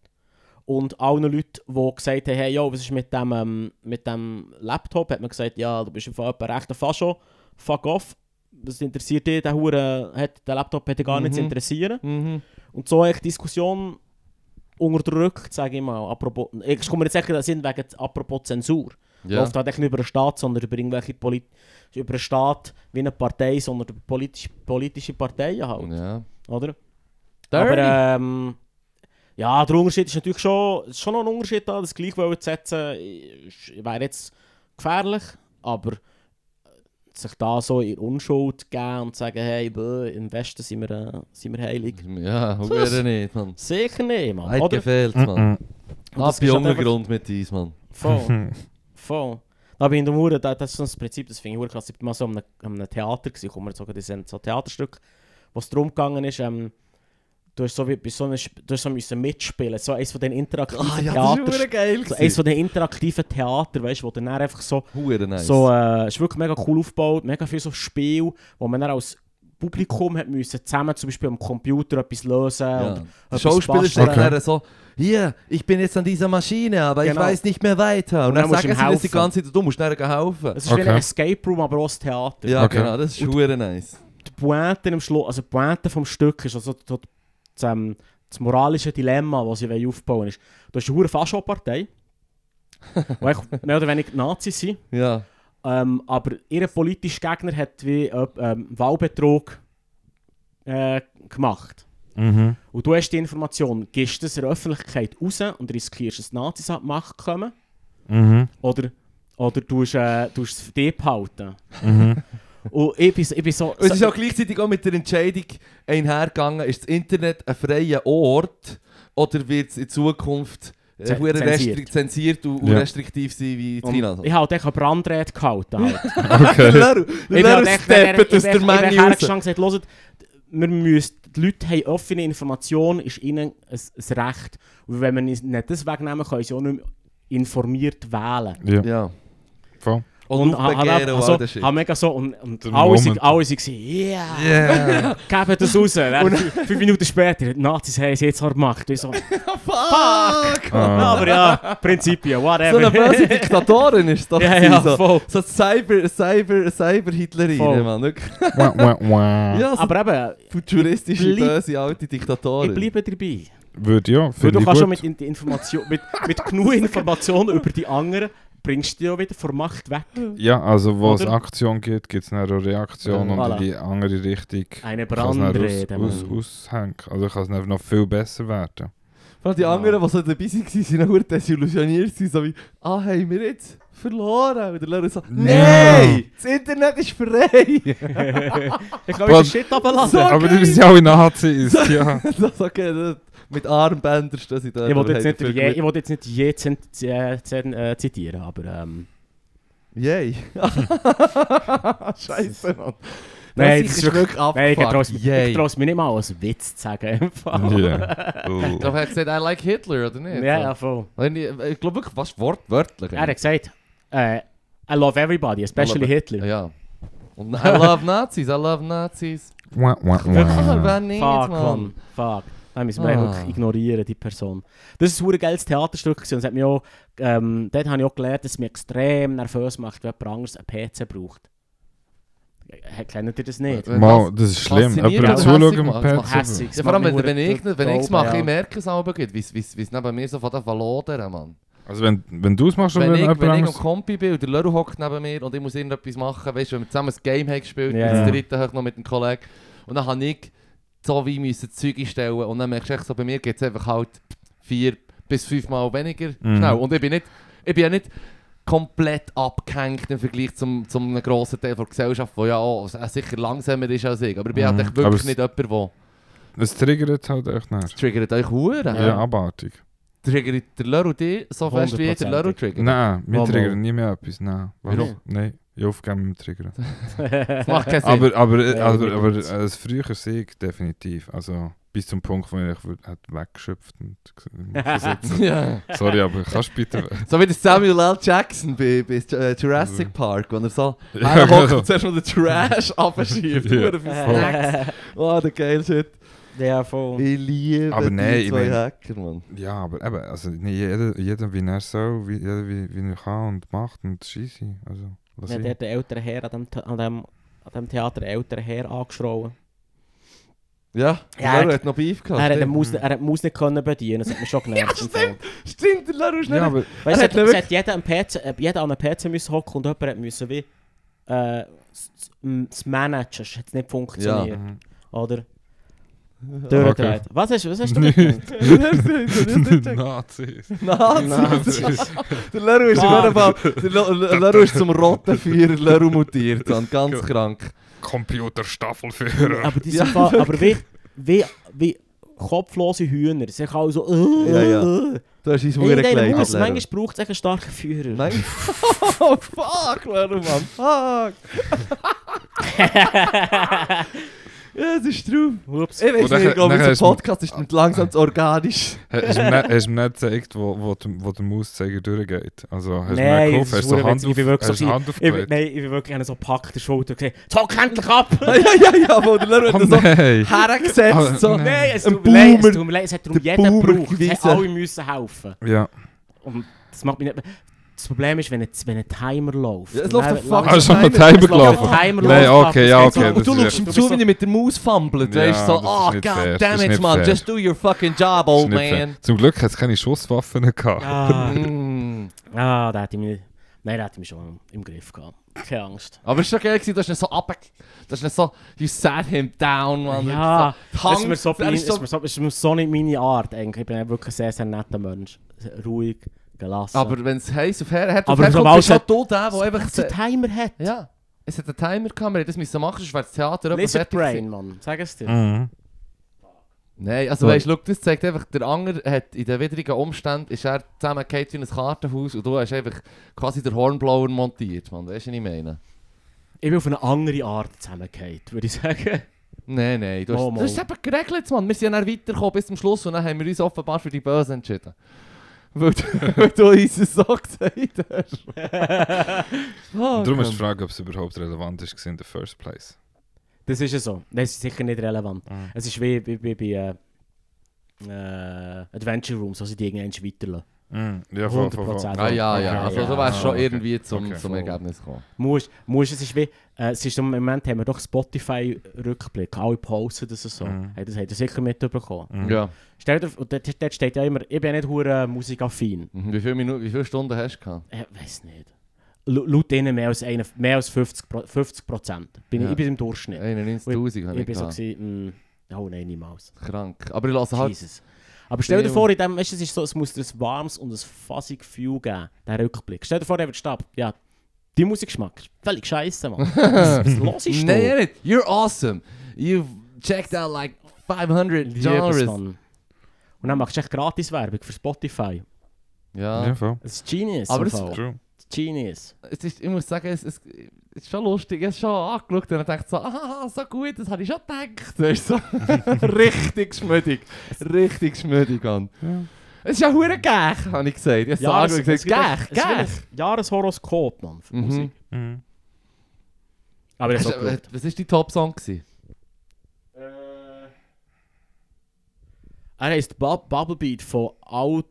S1: Und allen Leuten, die gesagt haben, hey, yo, was ist mit dem, ähm, mit dem Laptop, hat man gesagt, ja, du bist im Fall ein rechter Fascho, fuck off. Das interessiert dich, der Hure hat den Laptop hätte gar nicht zu
S2: Mhm.
S1: interessieren.
S2: Mhm.
S1: Und so habe ich die Diskussion unterdrückt, sage ich mal. Apropos, ich komme jetzt echt in den Sinn wegen apropos Zensur.
S2: Ja.
S1: Läuft halt echt nicht über den Staat, sondern über irgendwelche Polit über den Staat wie eine Partei, sondern über politisch, politische Parteien halt,
S2: ja.
S1: oder? Aber
S2: Dirty.
S1: ähm, ja, der Unterschied ist natürlich schon, es ist schon noch ein Unterschied da, das gleich wollen zu setzen, ist- wäre jetzt gefährlich, aber sich da so in Unschuld geben und sagen, hey, bäh, im Westen sind wir, äh, sind wir heilig.
S2: ja,
S1: Was?
S2: hoffentlich nicht, Mann.
S1: Sicher nicht, Mann.
S2: Weit
S1: Oder?
S2: gefehlt, Mann.
S1: Und
S2: Ab
S1: das ist halt
S2: junger
S1: einfach-
S2: Grund mit uns, Mann.
S1: Voll. Voll. Da bin ich in der Hure, da- das ist so ein Prinzip, das finde ich hure krass. Ich war mal so an einem, an einem ne Theater, gewesen, ich komme jetzt sogar in so ein Theaterstück, wo es darum gegangen ist, ähm, du hast so, wie, bei so, einer, Sp- du hast so müssen mitspielen, so eins von den
S2: Ah,
S1: interaktiven Theater,
S2: geil.
S1: so eins von den interaktiven Theater, weißt du, wo dann einfach so,
S2: Hure nice.
S1: so äh, ist wirklich mega cool aufgebaut, mega viel so Spiel, wo man dann als Publikum hat müssen zusammen zum Beispiel am Computer etwas lösen
S2: ja.
S1: und
S2: Der
S1: etwas
S2: Schauspieler
S1: basteln.
S2: steht okay. so, hier, ich bin jetzt an dieser Maschine, aber
S1: Genau.
S2: ich weiß nicht mehr weiter. Und,
S1: Und dann
S2: dann,
S1: musst
S2: sagen
S1: du
S2: sie
S1: ihm
S2: das die
S1: helfen.
S2: ganze Zeit, du musst näher helfen.
S1: Es ist wie
S3: Okay.
S1: ein Escape Room, aber auch ein Theater.
S2: Ja,
S3: Okay.
S2: genau, das ist hure nice.
S1: die Pointe im Schluss, also die Pointe vom Stück ist also das, das, ähm, das moralische Dilemma, das sie aufbauen wollen, ist, du hast eine hure Faschopartei, die eigentlich mehr oder weniger die Nazis sind,
S2: Ja.
S1: ähm, aber ihr politischer Gegner hat wie äh, ähm, Wahlbetrug äh, gemacht.
S3: Mhm.
S1: Und du hast die Information, gibst das in der Öffentlichkeit raus und riskierst, dass die Nazis an die Macht kommen,
S3: Mhm.
S1: oder, oder du hast, äh, du hast es für dich behalten. Und ich bin, ich bin so...
S2: Und Mhm. es ist auch gleichzeitig auch mit der Entscheidung einhergegangen, ist das Internet ein freier Ort oder wird es in Zukunft äh,
S1: Ze-
S2: hure
S1: zensiert.
S2: restri- zensiert und, und
S3: Ja.
S2: restriktiv sein wie in
S1: und
S2: China? also.
S1: ich habe halt echt eine Brandrede gehalten. Halt.
S2: Der
S3: Okay.
S2: Leru,
S1: Ich
S2: der
S1: bin
S2: Leru
S1: halt echt der,
S2: steppt aus der Menge raus.
S1: hergestanden und gesagt, hört, wir müssen, die Leute haben offene Information, ist ihnen ein, ein Recht. Und wenn wir ihnen nicht das wegnehmen, können sie auch nicht mehr informiert wählen.
S3: Ja,
S2: Ja.
S3: voll.
S1: ha-
S2: Und
S1: hat
S2: Aufbegehren
S1: einfach
S2: und
S1: so,
S2: all das Shit.
S1: haben mega so, und, und
S3: Der
S1: alle sind,
S3: Moment.
S1: alle sind gewesen, yeah,
S3: Yeah!
S1: geben das raus. Dann, fünf fünf Minuten später, die Nazis haben es jetzt auch gemacht. Ich so,
S2: Fuck!
S3: Ah.
S1: aber ja, Prinzipien,
S2: So eine
S1: whatever.
S2: böse Diktatorin ist doch.
S1: ja,
S2: gewesen,
S1: ja,
S2: so.
S1: voll.
S2: so Cyber, Cyber, Cyber Hitlerin,
S1: Voll.
S2: Mann. wirklich.
S3: Wah, wah, wah.
S2: Ja, so
S1: Aber eben,
S2: futuristische,
S1: bleib-
S2: böse, alte
S1: ich
S2: Diktatorin.
S1: bleibe dabei.
S3: Würde ja,
S1: Weil
S3: finde
S1: du
S3: ich
S1: kannst schon
S3: gut.
S1: mit, in- die Information, mit, mit genug Informationen über die anderen, bringst du dich auch wieder vor Macht weg.
S2: Hm.
S3: Ja, also wo es
S1: Oder?
S3: Aktion gibt, gibt es dann auch Reaktion
S2: Ja,
S3: und
S1: voilà.
S3: in die andere Richtung
S1: Eine
S3: kann es
S1: Brandrede,
S3: dann aus, aus,
S1: Mann.
S3: aushängen. Also kann es dann noch viel besser werden.
S2: Vor allem die anderen, die so dabei waren, waren auch verdammt desillusioniert. Sie so wie, ah, haben wir jetzt verloren? Und der Lehrer so, nein! Das Internet ist frei!
S1: Ich kann wieder
S3: Aber-
S1: Shit runterladen.
S2: So-
S3: Aber
S2: geil.
S3: die sind alle Nazis, ja.
S2: das ist okay, das, mit Armbändern stehen sie da.
S1: Ich wollte jetzt
S2: Haben
S1: nicht
S2: dafür
S1: je, ich
S2: gewonnen.
S1: wollte jetzt nicht je zen, zen, zen, äh, zitieren, aber ähm,
S2: Yay! Scheiße, Mann.
S1: Nein,
S2: das
S1: das
S2: ist
S1: ist
S2: wirklich
S1: nein, ich traue es
S2: abgefuckt. Yay! Ich
S1: mir nicht mal als Witz zu sagen. im Fall.
S3: Yeah. Oh.
S2: glaube, er hat gesagt, I like Hitler, oder nicht?
S1: Ja, ja, voll.
S2: Wenn Ich, ich glaube wirklich fast wortwörtlich.
S1: Er hat gesagt, äh, I love everybody, especially Hitler.
S2: Ja. Und I love Nazis, I love Nazis.
S3: Wah, wah,
S2: Aber
S3: wah.
S2: wenn nicht,
S1: Fuck,
S2: Mann.
S1: Mann. Fuck. Nein, müssen wir
S2: Ah.
S1: wirklich ignorieren, die Person. Das war ein verdammt geiles Theaterstück. gewesen Und es hat mich auch, ähm, dort habe ich auch gelernt, dass es mich extrem nervös macht, wenn jemand anderes einen PC braucht. Äh, Kennt ihr das nicht?
S3: Mal, das ist schlimm.
S2: Faszinierend,
S3: Jemand
S2: oder?
S3: zuschauen mit
S2: Hässig macht-
S1: Hässig.
S3: Pets.
S1: Das
S2: Ja, vor allem,
S1: macht mich
S2: wenn, wenn ich
S1: verdammt
S2: es wenn ich's mache, ich
S1: dope,
S2: merke es auch gut, wie es neben mir so von da verlodern, Mann.
S3: Also wenn, wenn du es machst,
S2: Wenn
S3: oder
S2: ich,
S3: jemand
S2: wenn ich am
S3: anderes-
S2: Kompi bin und der Leru hockt neben mir und ich muss irgendetwas machen, weißt du, wenn wir zusammen ein Game haben gespielt,
S1: Ja.
S2: yeah. das dritte habe ich noch mit einem Kollegen, und dann habe ich so wie müssen Zeug einstellen und dann merkst du echt so, bei mir geht es einfach halt vier bis fünfmal weniger
S3: Mhm.
S2: schnell. Und ich bin nicht, ich bin ja nicht komplett abgehängt im Vergleich zum, zum einem grossen Teil der Gesellschaft, der ja auch äh, sicher langsamer ist als ich, aber ich bin
S3: Mhm.
S2: halt echt
S3: Aber
S2: wirklich
S3: es-
S2: nicht jemand, der
S3: Es triggert halt echt nach.
S2: triggert euch Huren.
S3: Ja, abartig.
S2: Triggert der Lörl dich so fest wie der Lörl triggert?
S3: Nein, wir
S1: Mal, mal.
S3: triggern nie mehr etwas. Nein. Was?
S1: Warum?
S3: Nein, ich aufgeben mit dem Triggern.
S2: Das macht keinen Sinn.
S3: Aber, aber,
S1: Ja,
S3: aber,
S1: mit
S3: aber
S1: uns.
S3: als früher Sieg definitiv. Also bis zum Punkt, wo ich würd- hat weggeschöpft und gesagt,
S2: ja.
S3: Sorry, aber kannst du bitte.
S2: So wie der Samuel L. Jackson bei, bei äh, Jurassic Park, wo er so
S3: Ja,
S2: ja, hockt
S3: genau.
S2: und zuerst mal den Trash abschiebt.
S3: Ja.
S2: Hure viel Snacks. Oh, der geile Shit.
S1: Ja, voll.
S2: Ich liebe
S3: Aber nein,
S2: die
S3: ich
S2: zwei
S3: mein-
S2: Hacker, Mann.
S3: Ja, aber eben, also nee, jeder, jeder wie er soll, wie, jeder wie, wie er kann und macht und scheisse. Also, lass
S1: Mir
S3: ihn.
S1: hat dort ein älterer Herr an dem, an dem, an dem Theater einen älteren Herr angeschrien.
S2: Ja,
S1: Ja,
S2: ja
S1: er-
S2: er hat noch Beef
S1: Er hat
S2: gehabt.
S1: den
S2: stimmt.
S1: Maus, er hat die Maus nicht können bedienen, das hat mich schon genervt. im Fall.
S2: Stimmt, der Laro ist
S3: ja,
S2: nicht.
S3: aber
S1: Weißt,
S2: Er
S1: es hat,
S2: hat ihn
S1: es
S2: wirklich-
S1: hat jeder, am PC, äh, jeder an einem PC müssen hocken und jemand hat müssen wie äh, s- s- m- das Managen das hat nicht funktioniert.
S3: mhm.
S1: Oder?
S3: Okay.
S1: Durchgedreht. Was, hast, was hast du gedacht?
S3: Nazis.
S1: Nou.
S2: Nazis. Der Laro ist,
S1: Mann.
S2: auf jeden Fall- der Lo- der Laro ist zum roten Feuer Laro mutiert, Mann. ganz krank.
S3: Computerstaffelführer.
S1: aber die sind voll- aber wie, wie, wie kopflose Hühner. Sie sind alle so. Äh,
S2: Ja, ja.
S1: äh, äh.
S2: Du hast uns
S1: Hey,
S2: Huren
S1: in dieser
S2: gelegt.
S1: Maus,
S2: Laro.
S1: manchmal braucht es echt einen starken Führer.
S2: Nein. oh, fuck, Leru, Mann. Fuck. ja, es ist drauf.
S1: Ups.
S2: Ich weiß
S3: Und
S2: nicht, ich
S3: nachher-
S2: glaube,
S3: nachher
S2: unser
S3: ist-
S2: Podcast ist mit
S3: Ah,
S2: langsam zu organisch.
S3: hast du mir nicht- hast du mir nicht gezeigt, wo, wo, die- wo der Mauszeiger durchgeht? Also, hast du mir
S1: Nein,
S3: nicht
S1: das
S3: geholfen?
S1: ist
S3: Hast du
S1: verdammt
S3: Hand
S1: witzig. Ich bin
S3: auf,
S1: wirklich
S3: hast
S1: so
S3: du
S1: gewesen.
S3: Hand
S1: Ich, bin-
S3: aufgelegt?
S1: nein, ich bin wirklich an so Pack der Schulter gesehen. Zock endlich ab!
S2: ja, ja, ja, wo der Leru
S3: Oh
S2: hat ihn so
S3: nein!
S2: hergesetzt. So.
S3: Oh,
S1: Nein, es
S2: Ein
S1: tut mir leid,
S2: Boomer.
S1: es tut mir leid, es hat darum
S2: Der
S1: jeder
S2: Boomer
S1: gebraucht. Es
S2: gewesen.
S1: haben alle müssen helfen.
S3: Ja.
S1: Und das macht mich nicht Das Problem ist, wenn ein, wenn ein Timer Nou, läuft.
S2: Ja, es
S1: und
S2: läuft
S1: dann-
S2: der fucking
S3: Ah, schon
S2: Timer.
S3: ein Timer
S2: Es läuft
S3: gelaufen.
S2: der Timer.
S1: Timer
S3: Nein,
S1: läuft,
S3: okay,
S1: es
S3: ja,
S1: geht
S3: okay,
S1: so-
S2: Und
S3: das
S2: du
S3: ist
S2: schaust
S3: echt-
S2: ihm
S1: Du
S2: zu,
S1: bist
S2: wie
S1: so-
S2: er mit der Maus fummelt.
S3: Ja,
S2: weißt du, so,
S3: das ist
S2: oh,
S3: nicht fair,
S2: god
S3: das
S2: damn
S3: ist
S2: it,
S3: nicht
S2: man,
S3: fair.
S2: just do your fucking job,
S3: das ist
S2: old
S3: nicht fair.
S2: man.
S3: Zum Glück hat es keine Schusswaffen gehabt.
S1: Ah,
S2: Mm.
S1: ah, da hätte ich mich. Nein, da hätte ich mich schon im Griff gehabt. Keine Angst.
S2: Aber es war schon geil, gewesen, du hast ihn so ab... Du hast ihn so... You sat him down, man.
S1: Ja,
S2: so,
S1: es ist mir so,
S2: er
S1: pein-
S2: ist
S1: es
S2: so
S1: ist mir so, es ist mir so nicht meine Art. Eigentlich. Ich bin ja wirklich ein sehr, sehr netter Mensch. Ruhig, gelassen.
S3: Ah,
S2: Aber wenn es heiß auf Her hat,
S1: Aber
S2: auf Her kommt,
S1: sobald
S2: bist
S1: es-
S2: du der, der einfach...
S1: Wenn es einen Timer hat.
S2: Ja, es hat einen Timer gehabt, wir hätten das müssen machen, sonst wäre das Theater etwa
S1: Lizard
S2: fertig
S1: Brain,
S2: gewesen.
S1: Mann. Sag es dir.
S3: Mhm.
S2: Nein, also weißt du, schau, das zeigt einfach, der andere hat in den widrigen Umständen, ist er zusammengefallen wie ein Kartenhaus und du hast einfach quasi den Hornblower montiert, man. Weißt du, was ich meine?
S1: Ich bin auf eine andere Art zusammengefallen, würde ich sagen.
S2: Nein, nein, du
S1: Mal,
S2: hast,
S1: mal.
S2: das ist eben geregelt, Mann. Wir sind ja dann weitergekommen bis zum Schluss und dann haben wir uns offenbar für die Böse entschieden. Weil du, weil du uns das so gesagt hast. Ah,
S3: Darum ist
S2: komm.
S3: die Frage, ob es überhaupt relevant ist gewesen in the first place.
S1: Das ist ja so. Das ist sicher nicht relevant.
S3: Mhm.
S1: Es ist wie bei, bei, bei äh, äh, Adventure Rooms, wo sie die irgendwann weiterlassen.
S3: Mm, ja, voll, voll, voll.
S1: 100%.
S2: Mhm. Ah, ja,
S1: Okay,
S2: ja. Also,
S1: ja.
S2: du wärst schon
S3: Okay.
S2: irgendwie zum,
S3: Okay.
S2: zum
S3: Voll.
S2: Ergebnis gekommen.
S1: Musst, musst, es ist wie, äh, es ist, im Moment haben wir doch Spotify-Rückblick. Alle posten das und so.
S3: Mhm.
S1: Hey, das habt ihr sicher mitbekommen.
S3: Mhm.
S2: Ja.
S1: Stell dir, und dort, dort steht ja immer, ich bin ja nicht hure musikaffin.
S2: Mhm. Wie viele, Minuten, wie viele Stunden hast du gehabt?
S1: Ich weiß nicht. Lu- Laut ihnen mehr als, eine, mehr als 50 Pro- 50 Prozent. Bin ich,
S2: Ja.
S1: ich bin im Durchschnitt.
S2: 91.000 habe
S1: ich
S2: ich
S1: bin so
S2: gehabt.
S1: gewesen, mh, oh nein, niemals.
S2: Krank. Aber ich lasse halt...
S1: Jesus. Aber stell dir
S2: Ja.
S1: vor, in dem, weißt, du, es, ist so, es muss dir ein warmes und ein fuzzy Gefühl geben, der Rückblick. Stell dir vor, der wird Stab. Ja, dein Musikgeschmack ist völlig scheiße, Mann. was was los ist
S2: Nein, nein, nein. You're awesome. You've checked out like 500 Genres.
S1: Und dann machst du echt gratis Werbung für Spotify.
S2: Ja.
S3: Ja, voll.
S1: Es ist Genius.
S2: Aber
S1: im
S2: es-
S1: Fall.
S3: True.
S1: Es ist Genius.
S2: Es ist, ich muss sagen, es, es, es ist schon lustig. Ich habe es schon angeschaut und dachte so, ah, so gut, das habe ich schon gedacht. Das ist so richtig schmüdig. Richtig schmüdig, Mann. Es ist ja hure gäch, habe ich gesagt.
S1: es-
S2: Ich habe so angeschaut und
S1: es gibt echt-
S2: gesagt,
S1: es
S2: gäch,
S1: gibt
S2: gäch.
S1: echt Jahreshoroskop, Mann, für
S2: Mhm.
S1: Musik.
S3: Mhm.
S1: Aber das
S2: Hast
S1: ist
S2: du-
S1: auch
S2: äh,
S1: gut.
S2: Was war dein Top-Song? gewesen?
S1: Er heisst Bu- Bubble Beat von Alt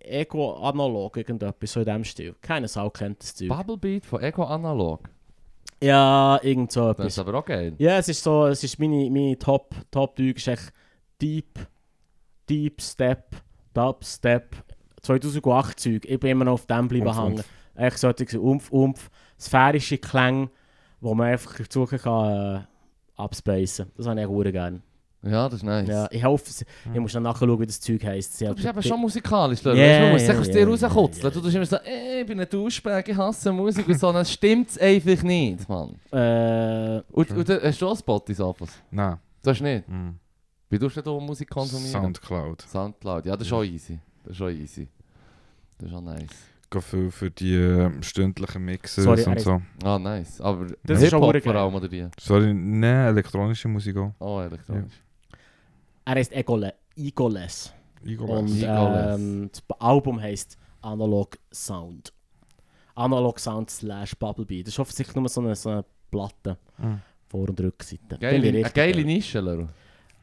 S1: Ego Analog, irgendetwas so in dem Stil. Keine Sau kennt das Zeug.
S2: Bubble Beat von Echo Analog.
S1: ja, irgend so
S2: Das
S1: etwas.
S2: ist aber auch geil.
S1: Ja, es ist so, es ist meine, meine Top, Top Zeug ist echt Deep, Deep Step, Dubstep, 2008 Zeug. Ich bin immer noch auf dem bleiben
S3: Umpf,
S1: hängen.
S3: umpf.
S1: Echt so etwas, Umpf, Umpf, sphärische Klänge, wo man einfach versuchen kann, äh, abspacen. Das habe ich auch sehr gerne.
S2: Ja, das ist nice.
S1: Ja, ich hoffe, es- ich muss dann nachschauen, wie das Zeug heisst. Sie
S2: Du
S1: hat-
S2: bist eben schon musikalisch, Leute.
S1: Ja,
S2: weißt, du, man muss
S1: ja,
S2: sich aus
S1: ja,
S2: dir
S1: ja,
S2: rauskutzeln.
S1: ja,
S2: Du tust immer so, «Eh, ich bin ein Duschbag, ich hasse Musik und so. Dann stimmt es einfach nicht, Mann.
S1: Äh,
S2: Und, und dann hast du auch Spotify Abos?
S3: Nein.
S2: Du hast nicht.
S3: Mhm.
S2: Wie tust du denn hier Musik konsumieren?
S3: Soundcloud.
S2: Soundcloud. Ja, das ist auch easy. Das ist auch easy. Das ist auch nice.
S3: Geht viel für die äh, stündlichen Mixes
S1: Sorry,
S3: und
S1: er-
S3: so.
S2: Ah, nice. Aber
S1: Das ist auch
S2: Hip-Hop
S1: verdammt
S2: vor
S1: geil.
S2: allem, oder die?
S3: Sorry, nein, elektronische Musik auch.
S2: Oh, elektronisch.
S1: er heißt Egole, Egoles. Und
S3: Eagles.
S2: Egoles.
S1: ähm, das Ba- Album heißt Analog Sound. Analog Sound slash Bubble Bee. Das ist offensichtlich nur so eine, so eine Platte.
S3: Mhm.
S1: Vor- und Rückseite.
S2: Geile,
S1: Finde ich
S2: eine
S1: richtig
S2: geile
S1: geil.
S2: Nische, Leru.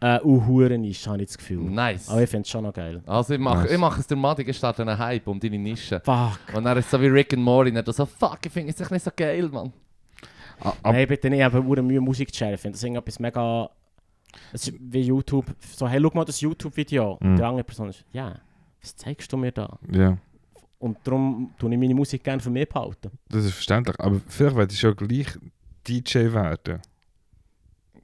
S1: Äh, und Huren ist, habe ich das Gefühl.
S2: Nice.
S1: Aber ich finde es schon noch geil.
S2: Also ich mache
S3: Nice.
S2: ich mach es dir Madig, ich starte einen Hype um deine Nische.
S1: Fuck.
S2: Und dann ist es so wie Rick and Morty, dann so, fuck, ich finde es echt nicht so geil, Mann.
S3: Ah, ah,
S1: Nein, bitte nicht. Ich habe hure Mühe, Musik zu sharen. Ich finde das irgendetwas mega... Es ist wie YouTube. So, hey, schau mal das YouTube-Video.
S3: Mhm.
S1: Und die andere Person ist, ja, was zeigst du mir da?
S3: Ja,
S1: Und darum tue ich meine Musik gerne für mich behalten.
S3: das ist verständlich. Aber vielleicht wollte ich ja gleich DJ werden.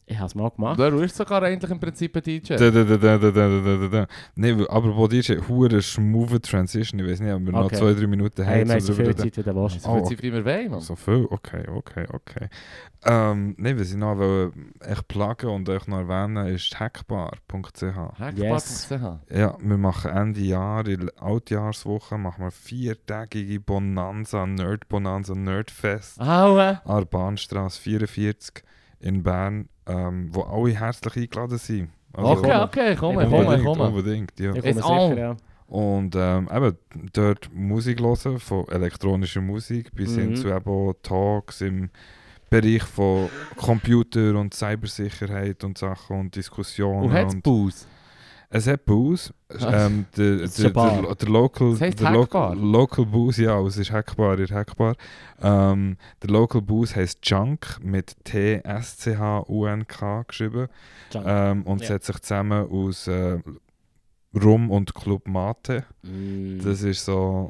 S1: Ich habe es mal gemacht.
S2: Du bist sogar eigentlich im Prinzip ein DJ.
S3: Da, da, da, da, da, da, da, da, da. Nein, weil- apropos DJ, hure smooth Transition. Ich weiß nicht, ob wir noch
S1: Okay.
S3: zwei, drei Minuten
S1: Hey,
S3: haben.
S1: wir haben
S3: um
S1: so
S3: drüber
S1: viel
S3: zu reden.
S1: Zeit, wie du
S2: Das
S1: willst.
S2: ist im
S3: Oh,
S2: Prinzip wie wir wollen, Mann.
S3: So viel? Okay, okay, okay. Ähm, Nein, was ich noch wollte, echt plagen und euch noch erwähnen, ist hackbar.ch.
S1: Yes.
S2: Hackbar.ch.
S3: Ja, wir machen Ende Jahr, in der Altjahrswoche, machen wir viertägige Bonanza, Nerd Bonanza, Nerdfest
S2: Aua.
S3: an der Bahnstrasse 44 in Bern, ähm, wo alle herzlich eingeladen sind. Also
S2: Okay, okay, komm,
S1: Eben.
S2: komm,
S3: unbedingt,
S2: komm.
S3: unbedingt, ja.
S1: Ich komme
S2: Ist
S1: sicher,
S2: on.
S1: ja.
S3: Und ähm, eben dort Musik hören, von elektronischer Musik bis hin
S1: Mhm.
S3: zu eben auch Talks im Bereich von Computer und Cybersicherheit und Sachen und Diskussionen.
S2: Und hat's
S3: und-
S2: Bus?
S3: Es hat Bus. Ähm, der,
S1: ist
S3: der,
S1: eine Bar.
S3: der, der Local,
S2: Es heisst
S3: der Lo-
S2: Hackbar.
S3: Local Bus, ja, es ist hackbar, ihr hackbar. Ähm, der Local Bus heißt Junk mit T-S-C-H-U-N-K geschrieben
S1: Junk.
S3: ähm, und
S1: Ja.
S3: setzt sich zusammen aus äh, Rum und Club Mate.
S1: Mm.
S3: Das ist so.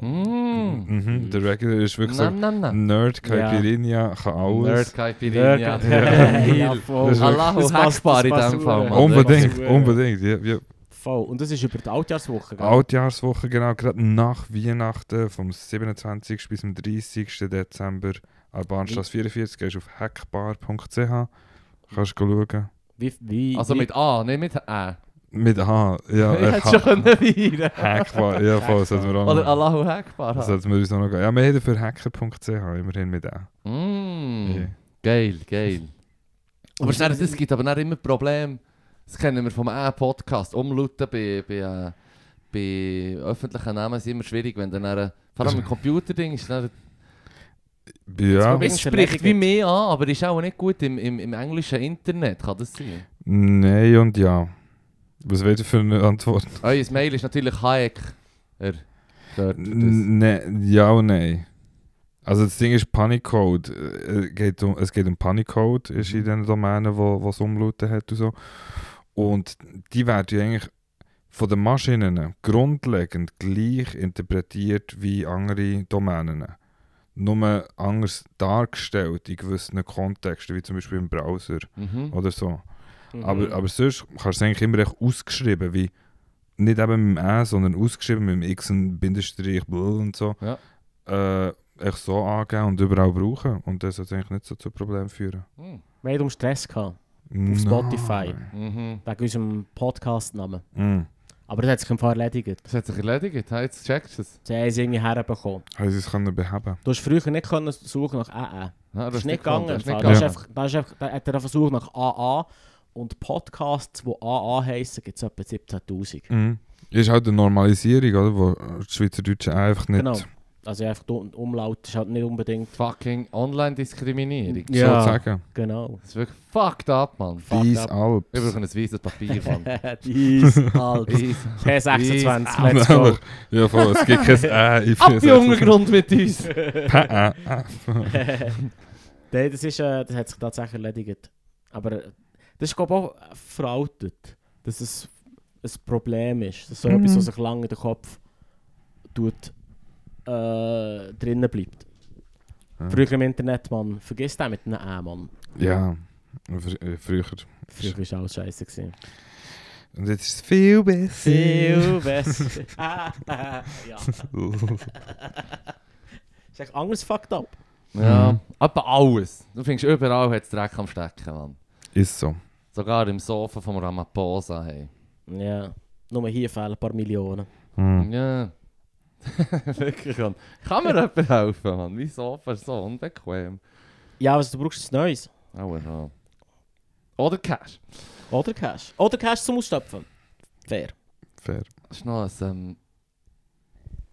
S1: Hm.
S2: Mm.
S3: Mhm, der Regular ist wirklich
S2: Nam, nam,
S3: so.
S2: nam.
S3: Nerd, Caipirinha, kann
S2: Nerd
S3: alles.
S1: Ja,
S2: Caipirinha.
S1: ja, voll.
S3: Das ist-
S2: Allahu
S1: Das passt-
S2: Hackbar in
S1: das passt
S2: dem Fall,
S1: super.
S2: Mann.
S3: Unbedingt,
S1: Nerd.
S3: unbedingt. Ja, ja.
S1: Voll. Und das ist über die Altjahrswoche, gell?
S3: Altjahrswoche, genau, gerade nach Weihnachten, vom 27. bis zum 30. Dezember an der Bahnstrasse 44, gehst auf hackbar.ch, kannst du schauen.
S1: Wie, wie,
S2: Also
S1: wie,
S2: mit A, nicht mit Ä.
S3: Mit H, ja, Oh.
S2: Ich
S3: äh,
S2: hätte schon
S3: ha
S2: können weinen.
S3: Hackbar, ja, voll, das sollten wir auch
S2: Oder
S3: noch,
S2: Allahu Hackbar. haben.
S3: das sollten wir uns auch noch geben. Ja, wir haben für hacker.ch, immerhin mit A.
S2: Mm.
S3: Ja.
S2: Geil, geil. Aber schnell, es gibt aber dann immer Probleme. Das kennen wir vom einen Podcast. Umlauten bei, bei, äh, bei öffentlichen Namen ist es immer schwierig, wenn dann eine, vor allem im Computerding ist dann,
S3: Ja,
S1: Problem-
S2: es spricht wie mehr an, aber ist auch nicht gut im, im, im englischen Internet, kann das sein?
S3: nein und ja. Was wäre für eine Antwort?
S2: Euer Mail ist natürlich Hayek. Er dort das.
S3: Nein, ne, ja und nein. Also das Ding ist Panicode. Äh, geht um, es geht um Panicode, ist in den Domänen, wo was Umlauten hat und so. Und die werden ja eigentlich von den Maschinen grundlegend gleich interpretiert wie andere Domänen. Nur anders dargestellt in gewissen Kontexten, wie zum Beispiel im Browser
S2: Mhm.
S3: oder so.
S1: Mhm.
S3: Aber, aber sonst kannst du es eigentlich immer echt ausgeschrieben, wie nicht eben mit dem Ä, sondern ausgeschrieben mit dem X und Bindestrich blablabla und so.
S2: Ja.
S3: Äh, echt so angeben und überall brauchen. Und das sollte eigentlich nicht so zu Problemen führen.
S2: Mhm.
S1: Wir haben um Stress gehabt,
S3: Nein.
S1: Spotify.
S2: Mhm.
S1: wegen unserem Podcast-Namen.
S3: Mhm.
S1: Aber das hat sich im Fall erledigt.
S2: Das hat sich erledigt, ha, jetzt checkst du es.
S1: Sie haben es irgendwie herbekommen.
S3: Haben sie es können beheben
S1: Du hast früher nicht können suchen nach AA.
S2: Ja,
S1: Das ist nicht
S2: gefunden,
S1: gegangen. Das ist
S2: Ah, nicht
S1: da, ist
S3: gegangen.
S1: einfach, da, ist einfach, da hat er versucht nach AA und Podcasts, die AA heissen, gibt es etwa 17'000.
S3: Mhm. Ist halt eine Normalisierung, oder? Wo das Schweizerdeutsche Ä einfach nicht
S1: Genau. Also einfach die Um- Umlaut ist halt nicht unbedingt...
S2: Fucking Online-Diskriminierung.
S3: so
S1: Ja.
S3: sagen.
S1: Genau.
S2: Das ist wirklich fucked up, Mann.
S1: Fucked
S3: Dies
S1: up.
S2: Wir
S3: Alps.
S2: brauchen ein weißes Papier, Mann.
S1: Dies, Alter.
S2: Weiss.
S1: P26, let's go.
S3: ja, voll, es gibt kein Ä. in
S2: Ab die
S3: 64.
S2: Untergrund mit uns!
S3: Pä- Ä, Ä.
S1: Nein, das, ist, äh, das hat sich tatsächlich erledigt. Aber äh, das ist, glaube ich, auch äh, veraltet, dass es ein Problem ist. Dass so
S3: Mhm.
S1: etwas, was sich lange in den Kopf tut, äh, drinnen bleibt.
S3: Ja.
S1: Früher im Internet, man, vergiss das mit einem Ä, Mann.
S3: Ja, Fr- äh, früher.
S1: Früher war alles scheiße. Gewesen.
S3: Und jetzt ist es viel besser.
S1: Viel besser. Ah, ah, ja. Ist echt anders fucked up.
S2: Ja, etwa alles. Du findest überall hat Dreck am Stecken, Mann.
S3: Ist so.
S2: Sogar im Sofa vom Ramaphosa, hey.
S1: Ja. Nur hier fehlen ein paar Millionen.
S3: Mhm.
S2: Ja. Wirklich, Mann. Kann mir jemand helfen, Mann? Mein Sofa ist so unbequem.
S1: Ja, was du brauchst, ist Neues.
S2: Aber ja. Oder Cash.
S1: Oder Cash. Oder Cash zum Ausstopfen. Fair.
S3: Fair.
S2: Das ist noch ein ähm,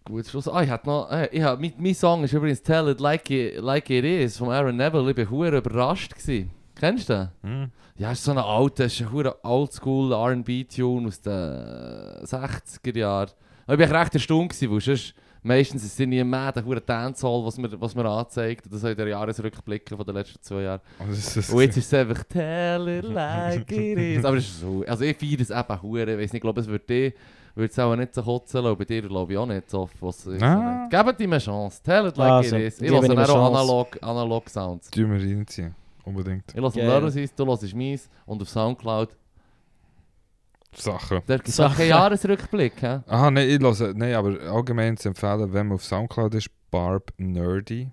S2: gutes Schluss. Ah, ich hatte noch. Äh, ich hab, mein, mein Song ist übrigens Tell It Like It, like it Is von Aaron Neville. Ich war hure überrascht. Gewesen. Kennst du den? Ja, ist so ein alter, ist ein hure oldschool R&B-Tune aus den 60er Jahren. Aber ich war recht erstaunt, gewesen, weil sonst, meistens ist es nie mehr der hure Dancehall, was mir, was mir anzeigt. Das sind der Jahresrückblicke von den letzten zwei Jahren.
S3: Und es ist
S2: Und jetzt ist es einfach «Tell it like it is». Aber es ist so, also ich feiere es eben hure. Ich weiss nicht, ich glaube, es würde dir würde es auch nicht so kotzen lassen. Bei dir glaube ich auch nicht so oft. Was eh, ich
S3: Ah.
S2: so nicht. Gebt ihm eine Chance. «Tell it like
S1: Also,
S2: it is». Ich
S1: geben ihm eine
S2: lasse auch
S1: Chance.
S2: analog, analog Sounds.
S3: Tun wir reinziehen. Unbedingt.
S2: Ich lasse
S1: Geil.
S2: yeah. sein, du hörst meins. Und auf Soundcloud
S3: Sachen.
S2: Der gibt
S1: Sachen.
S2: keinen Jahresrückblick, hä?
S3: Aha, nein, ich lasse, nein, aber allgemein zu empfehlen, wenn man auf Soundcloud ist, Barb Nerdy.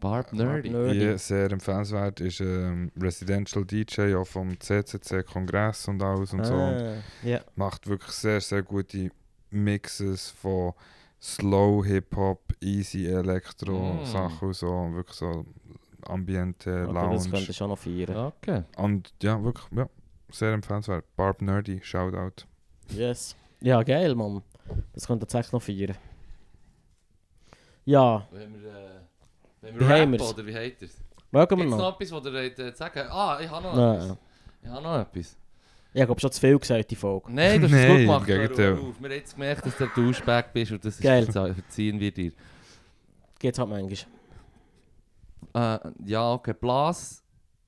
S2: Barb Nerdy.
S1: Nerdy.
S3: Ja, sehr empfehlenswert. Ist ähm, Residential DJ auch vom CCC-Kongress und alles und so. Und
S1: Ah, ja.
S3: macht wirklich sehr, sehr gute Mixes von Slow Hip-Hop, Easy Electro,
S2: Mm.
S3: Sachen und so. Und wirklich so Ambiente,
S1: Okay, Das
S3: Lounge.
S1: könnte ich schon noch feiern.
S2: Okay.
S3: Und ja, wirklich, ja, sehr empfehlenswert. Barb Nerdy, Shoutout.
S1: Yes. Dus Ja, geil, Mann. Das könnte tatsächlich noch feiern. Ja,
S2: Wenn wir, äh, wenn
S1: Wie
S2: wir rappen,
S1: haben wir's?
S2: oder wie heißt es? Gibt
S1: mögen wir
S2: es
S1: noch?
S2: noch etwas, was ihr wollt, äh, sagen wollt? Ah, ich habe noch
S1: Nein.
S2: etwas. Ich habe noch etwas.
S1: Nou, Ja, Ich glaube schon zu viel gesagt, die Folge.
S2: Nein, du hast es
S3: Nein,
S2: gut gemacht.
S3: im
S2: Hör auf.
S3: Gegenteil.
S2: Wir haben jetzt gemerkt, dass du ein Duschback bist und das ist
S1: Geil.
S2: verze- verziehen wir dir.
S1: Geht's halt manchmal.
S2: Äh, ja, okay. Blas.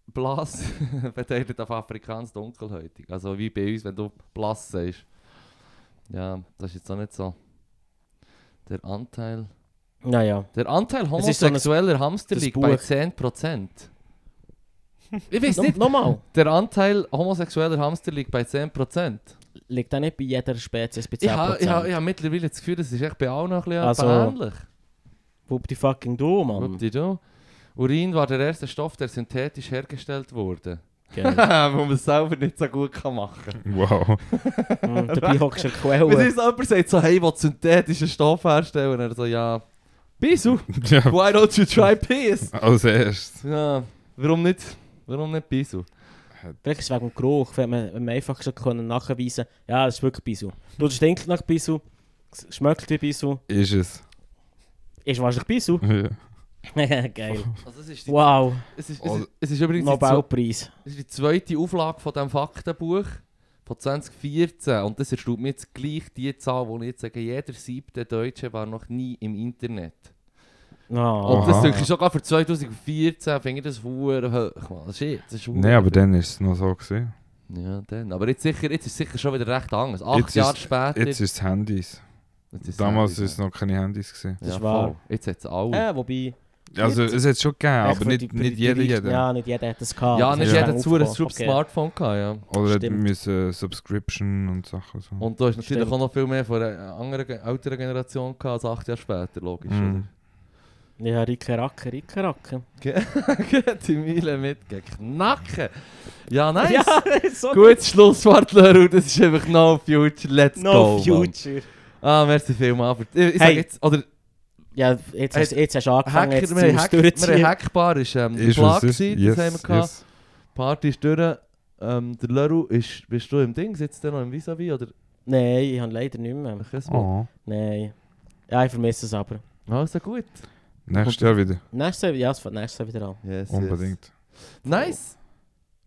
S2: Blas bedeutet auf Afrikaans dunkelhäutig. Also wie bei uns, wenn du blass sagst. Ja, das ist jetzt auch nicht so. Der Anteil.
S1: Naja.
S2: Der Anteil
S1: Es ist so ein-
S2: homosexueller Hamster
S1: das
S2: liegt bei
S1: Buch.
S2: 10%. Ich weiß
S1: No,
S2: nicht,
S1: nochmal.
S2: der Anteil homosexueller Hamster liegt bei 10%.
S1: Liegt auch nicht bei jeder Spezies bei 10%.
S2: Ich habe ich ha, ich ha mittlerweile das Gefühl, das ist echt bei allen ein bisschen
S1: Also,
S2: ähnlich.
S1: Wupp die fucking du,
S2: Hm.
S1: Mann.
S2: Whoopdi-doo. Urin war der erste Stoff, der synthetisch hergestellt wurde.
S1: Geil.
S2: Wo man es selber nicht so gut kann machen kann.
S3: Wow.
S1: Mm, dabei hockst du in der
S2: Wenn
S1: Quelle.
S2: uns jemand sagt, so, hey, ich will synthetischen Stoff herstellen, und er so, ja, Bisu,
S3: ja,
S2: why don't you try Piss?
S3: als erstes.
S2: Ja, warum nicht, warum nicht Bisu?
S1: Vielleicht ist es wegen dem Geruch, wenn man, wenn man einfach so können nachweisen ja, das ist wirklich Bisu. Du stinkst nach Bisu, Schmeckt dir Bisu?
S3: Ist es.
S1: Ist wahrscheinlich Bisu.
S3: Ja.
S1: Geil.
S2: Also es, ist die, Also,
S1: Wow,
S2: es, ist, es, ist, es ist übrigens die, zwe-
S1: Nobelpreis.
S2: es ist die zweite Auflage von diesem Faktenbuch von 2014 und das erstaunt mir jetzt gleich die Zahl, wo ich jetzt sage, jeder siebte Deutsche war noch nie im Internet.
S1: Oh.
S2: Und das
S3: Aha.
S2: denke ich sogar für 2014 finde ich das hure hoch. Mann. Shit, das ist hure
S3: Nein, aber
S2: viel.
S3: dann war es noch so. Gewesen.
S2: Ja, Nou, dann. Aber jetzt, sicher, jetzt ist es sicher schon wieder recht anders. Acht
S3: Jetzt ist-
S2: Jahre später.
S3: Jetzt ist es Handys.
S2: Jetzt ist
S3: Damals waren
S2: Handys,
S3: es noch keine Handys. Gewesen.
S2: ja.
S1: Das
S2: nou, eh, ja,
S1: ist wahr.
S2: voll. Jetzt hat es alle.
S1: Äh, wobei...
S3: Also es hat es schon gegeben,
S1: echt
S3: aber
S1: für
S3: nicht,
S1: die-
S3: nicht
S1: die-
S3: jeder,
S1: die-
S3: jeder.
S1: Ja, nicht jeder hat das gehabt.
S2: ja,
S1: Das
S2: nicht
S1: ist
S2: jeder
S1: dann
S2: hat so ein
S1: aufgekommen.
S2: super Smartphone gehabt, ja.
S3: Oder hat
S1: Stimmt.
S3: müssen Subscription und Sachen so.
S2: Und da ist natürlich
S1: Stimmt.
S2: auch noch viel mehr von einer anderen, Ge- älteren Generation gehabt, als acht Jahre später, logisch,
S3: Mhm.
S1: Okay. Ja, Ricke Racke, Ricke Racke.
S2: oder? Die Miele mitgeknacken. Ja, nice.
S1: Ja, so
S2: Gutes Schlusswort, Leru. Das ist einfach no future. Let's
S1: No
S2: go. Mann.
S1: future.
S2: Ah, merci vielmals. für- Ich, ich sag
S1: Hey.
S2: jetzt, oder
S1: Ja, jetzt hast,
S2: Hey,
S1: jetzt hast du angefangen,
S2: Hacker,
S1: jetzt
S2: wir haben
S1: musst du
S2: Hack- wir haben
S1: durchziehen.
S2: Hackbar ist ähm, der
S3: Ist
S2: Plag,
S3: was ist?
S2: gewesen,
S3: Yes,
S2: das haben wir gehabt.
S3: yes.
S2: Party ist durch. Ähm, der Leru, ist, bist du im Ding? Sitzt der noch im Vis-a-vis oder
S1: Nein, ich habe leider nicht mehr.
S2: ich weiß mal.
S3: Oh.
S1: Nein. Ja, ich vermisse es aber.
S2: Also gut.
S3: Nächstes Jahr wieder.
S1: Nächstes Jahr, ja, es fängt nächstes Jahr wieder an.
S2: Yes,
S3: Unbedingt.
S2: Yes. Nice.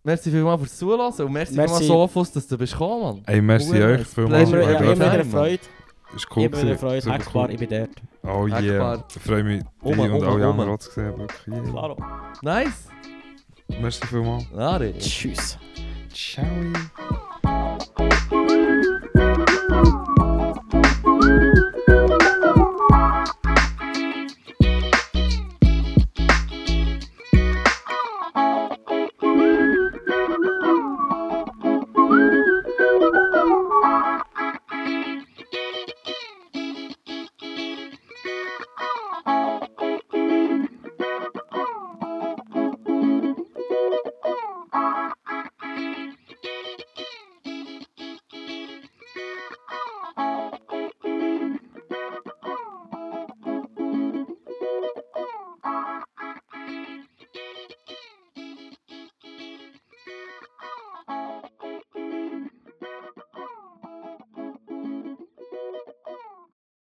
S2: Merci vielmals fürs Zuhören und merci,
S1: Merci.
S2: vielmals Sofus, dass du bist gekommen, Mann.
S3: Ey, merci
S2: Cool,
S3: euch
S2: nice.
S3: vielmals.
S1: Immer,
S2: Pleasure,
S1: ja,
S3: Ihr
S1: immer wieder
S3: dürft-
S1: eine
S2: Nein,
S1: Freude.
S3: Ist cool.
S1: Immer wieder eine
S3: gewesen.
S1: Freude.
S3: Super
S1: Hackbar,
S3: cool.
S1: ich bin dort.
S3: Oh yeah.
S2: Hackbar.
S3: Ich freue mich, dich
S2: Oma,
S3: und
S2: Oma,
S3: alle
S2: Oma.
S3: anderen auch zu sehen. Wirklich. Yeah.
S1: Klaro.
S2: Nice.
S3: Merci vielmals.
S2: Ari.
S1: Tschüss.
S3: Ciao.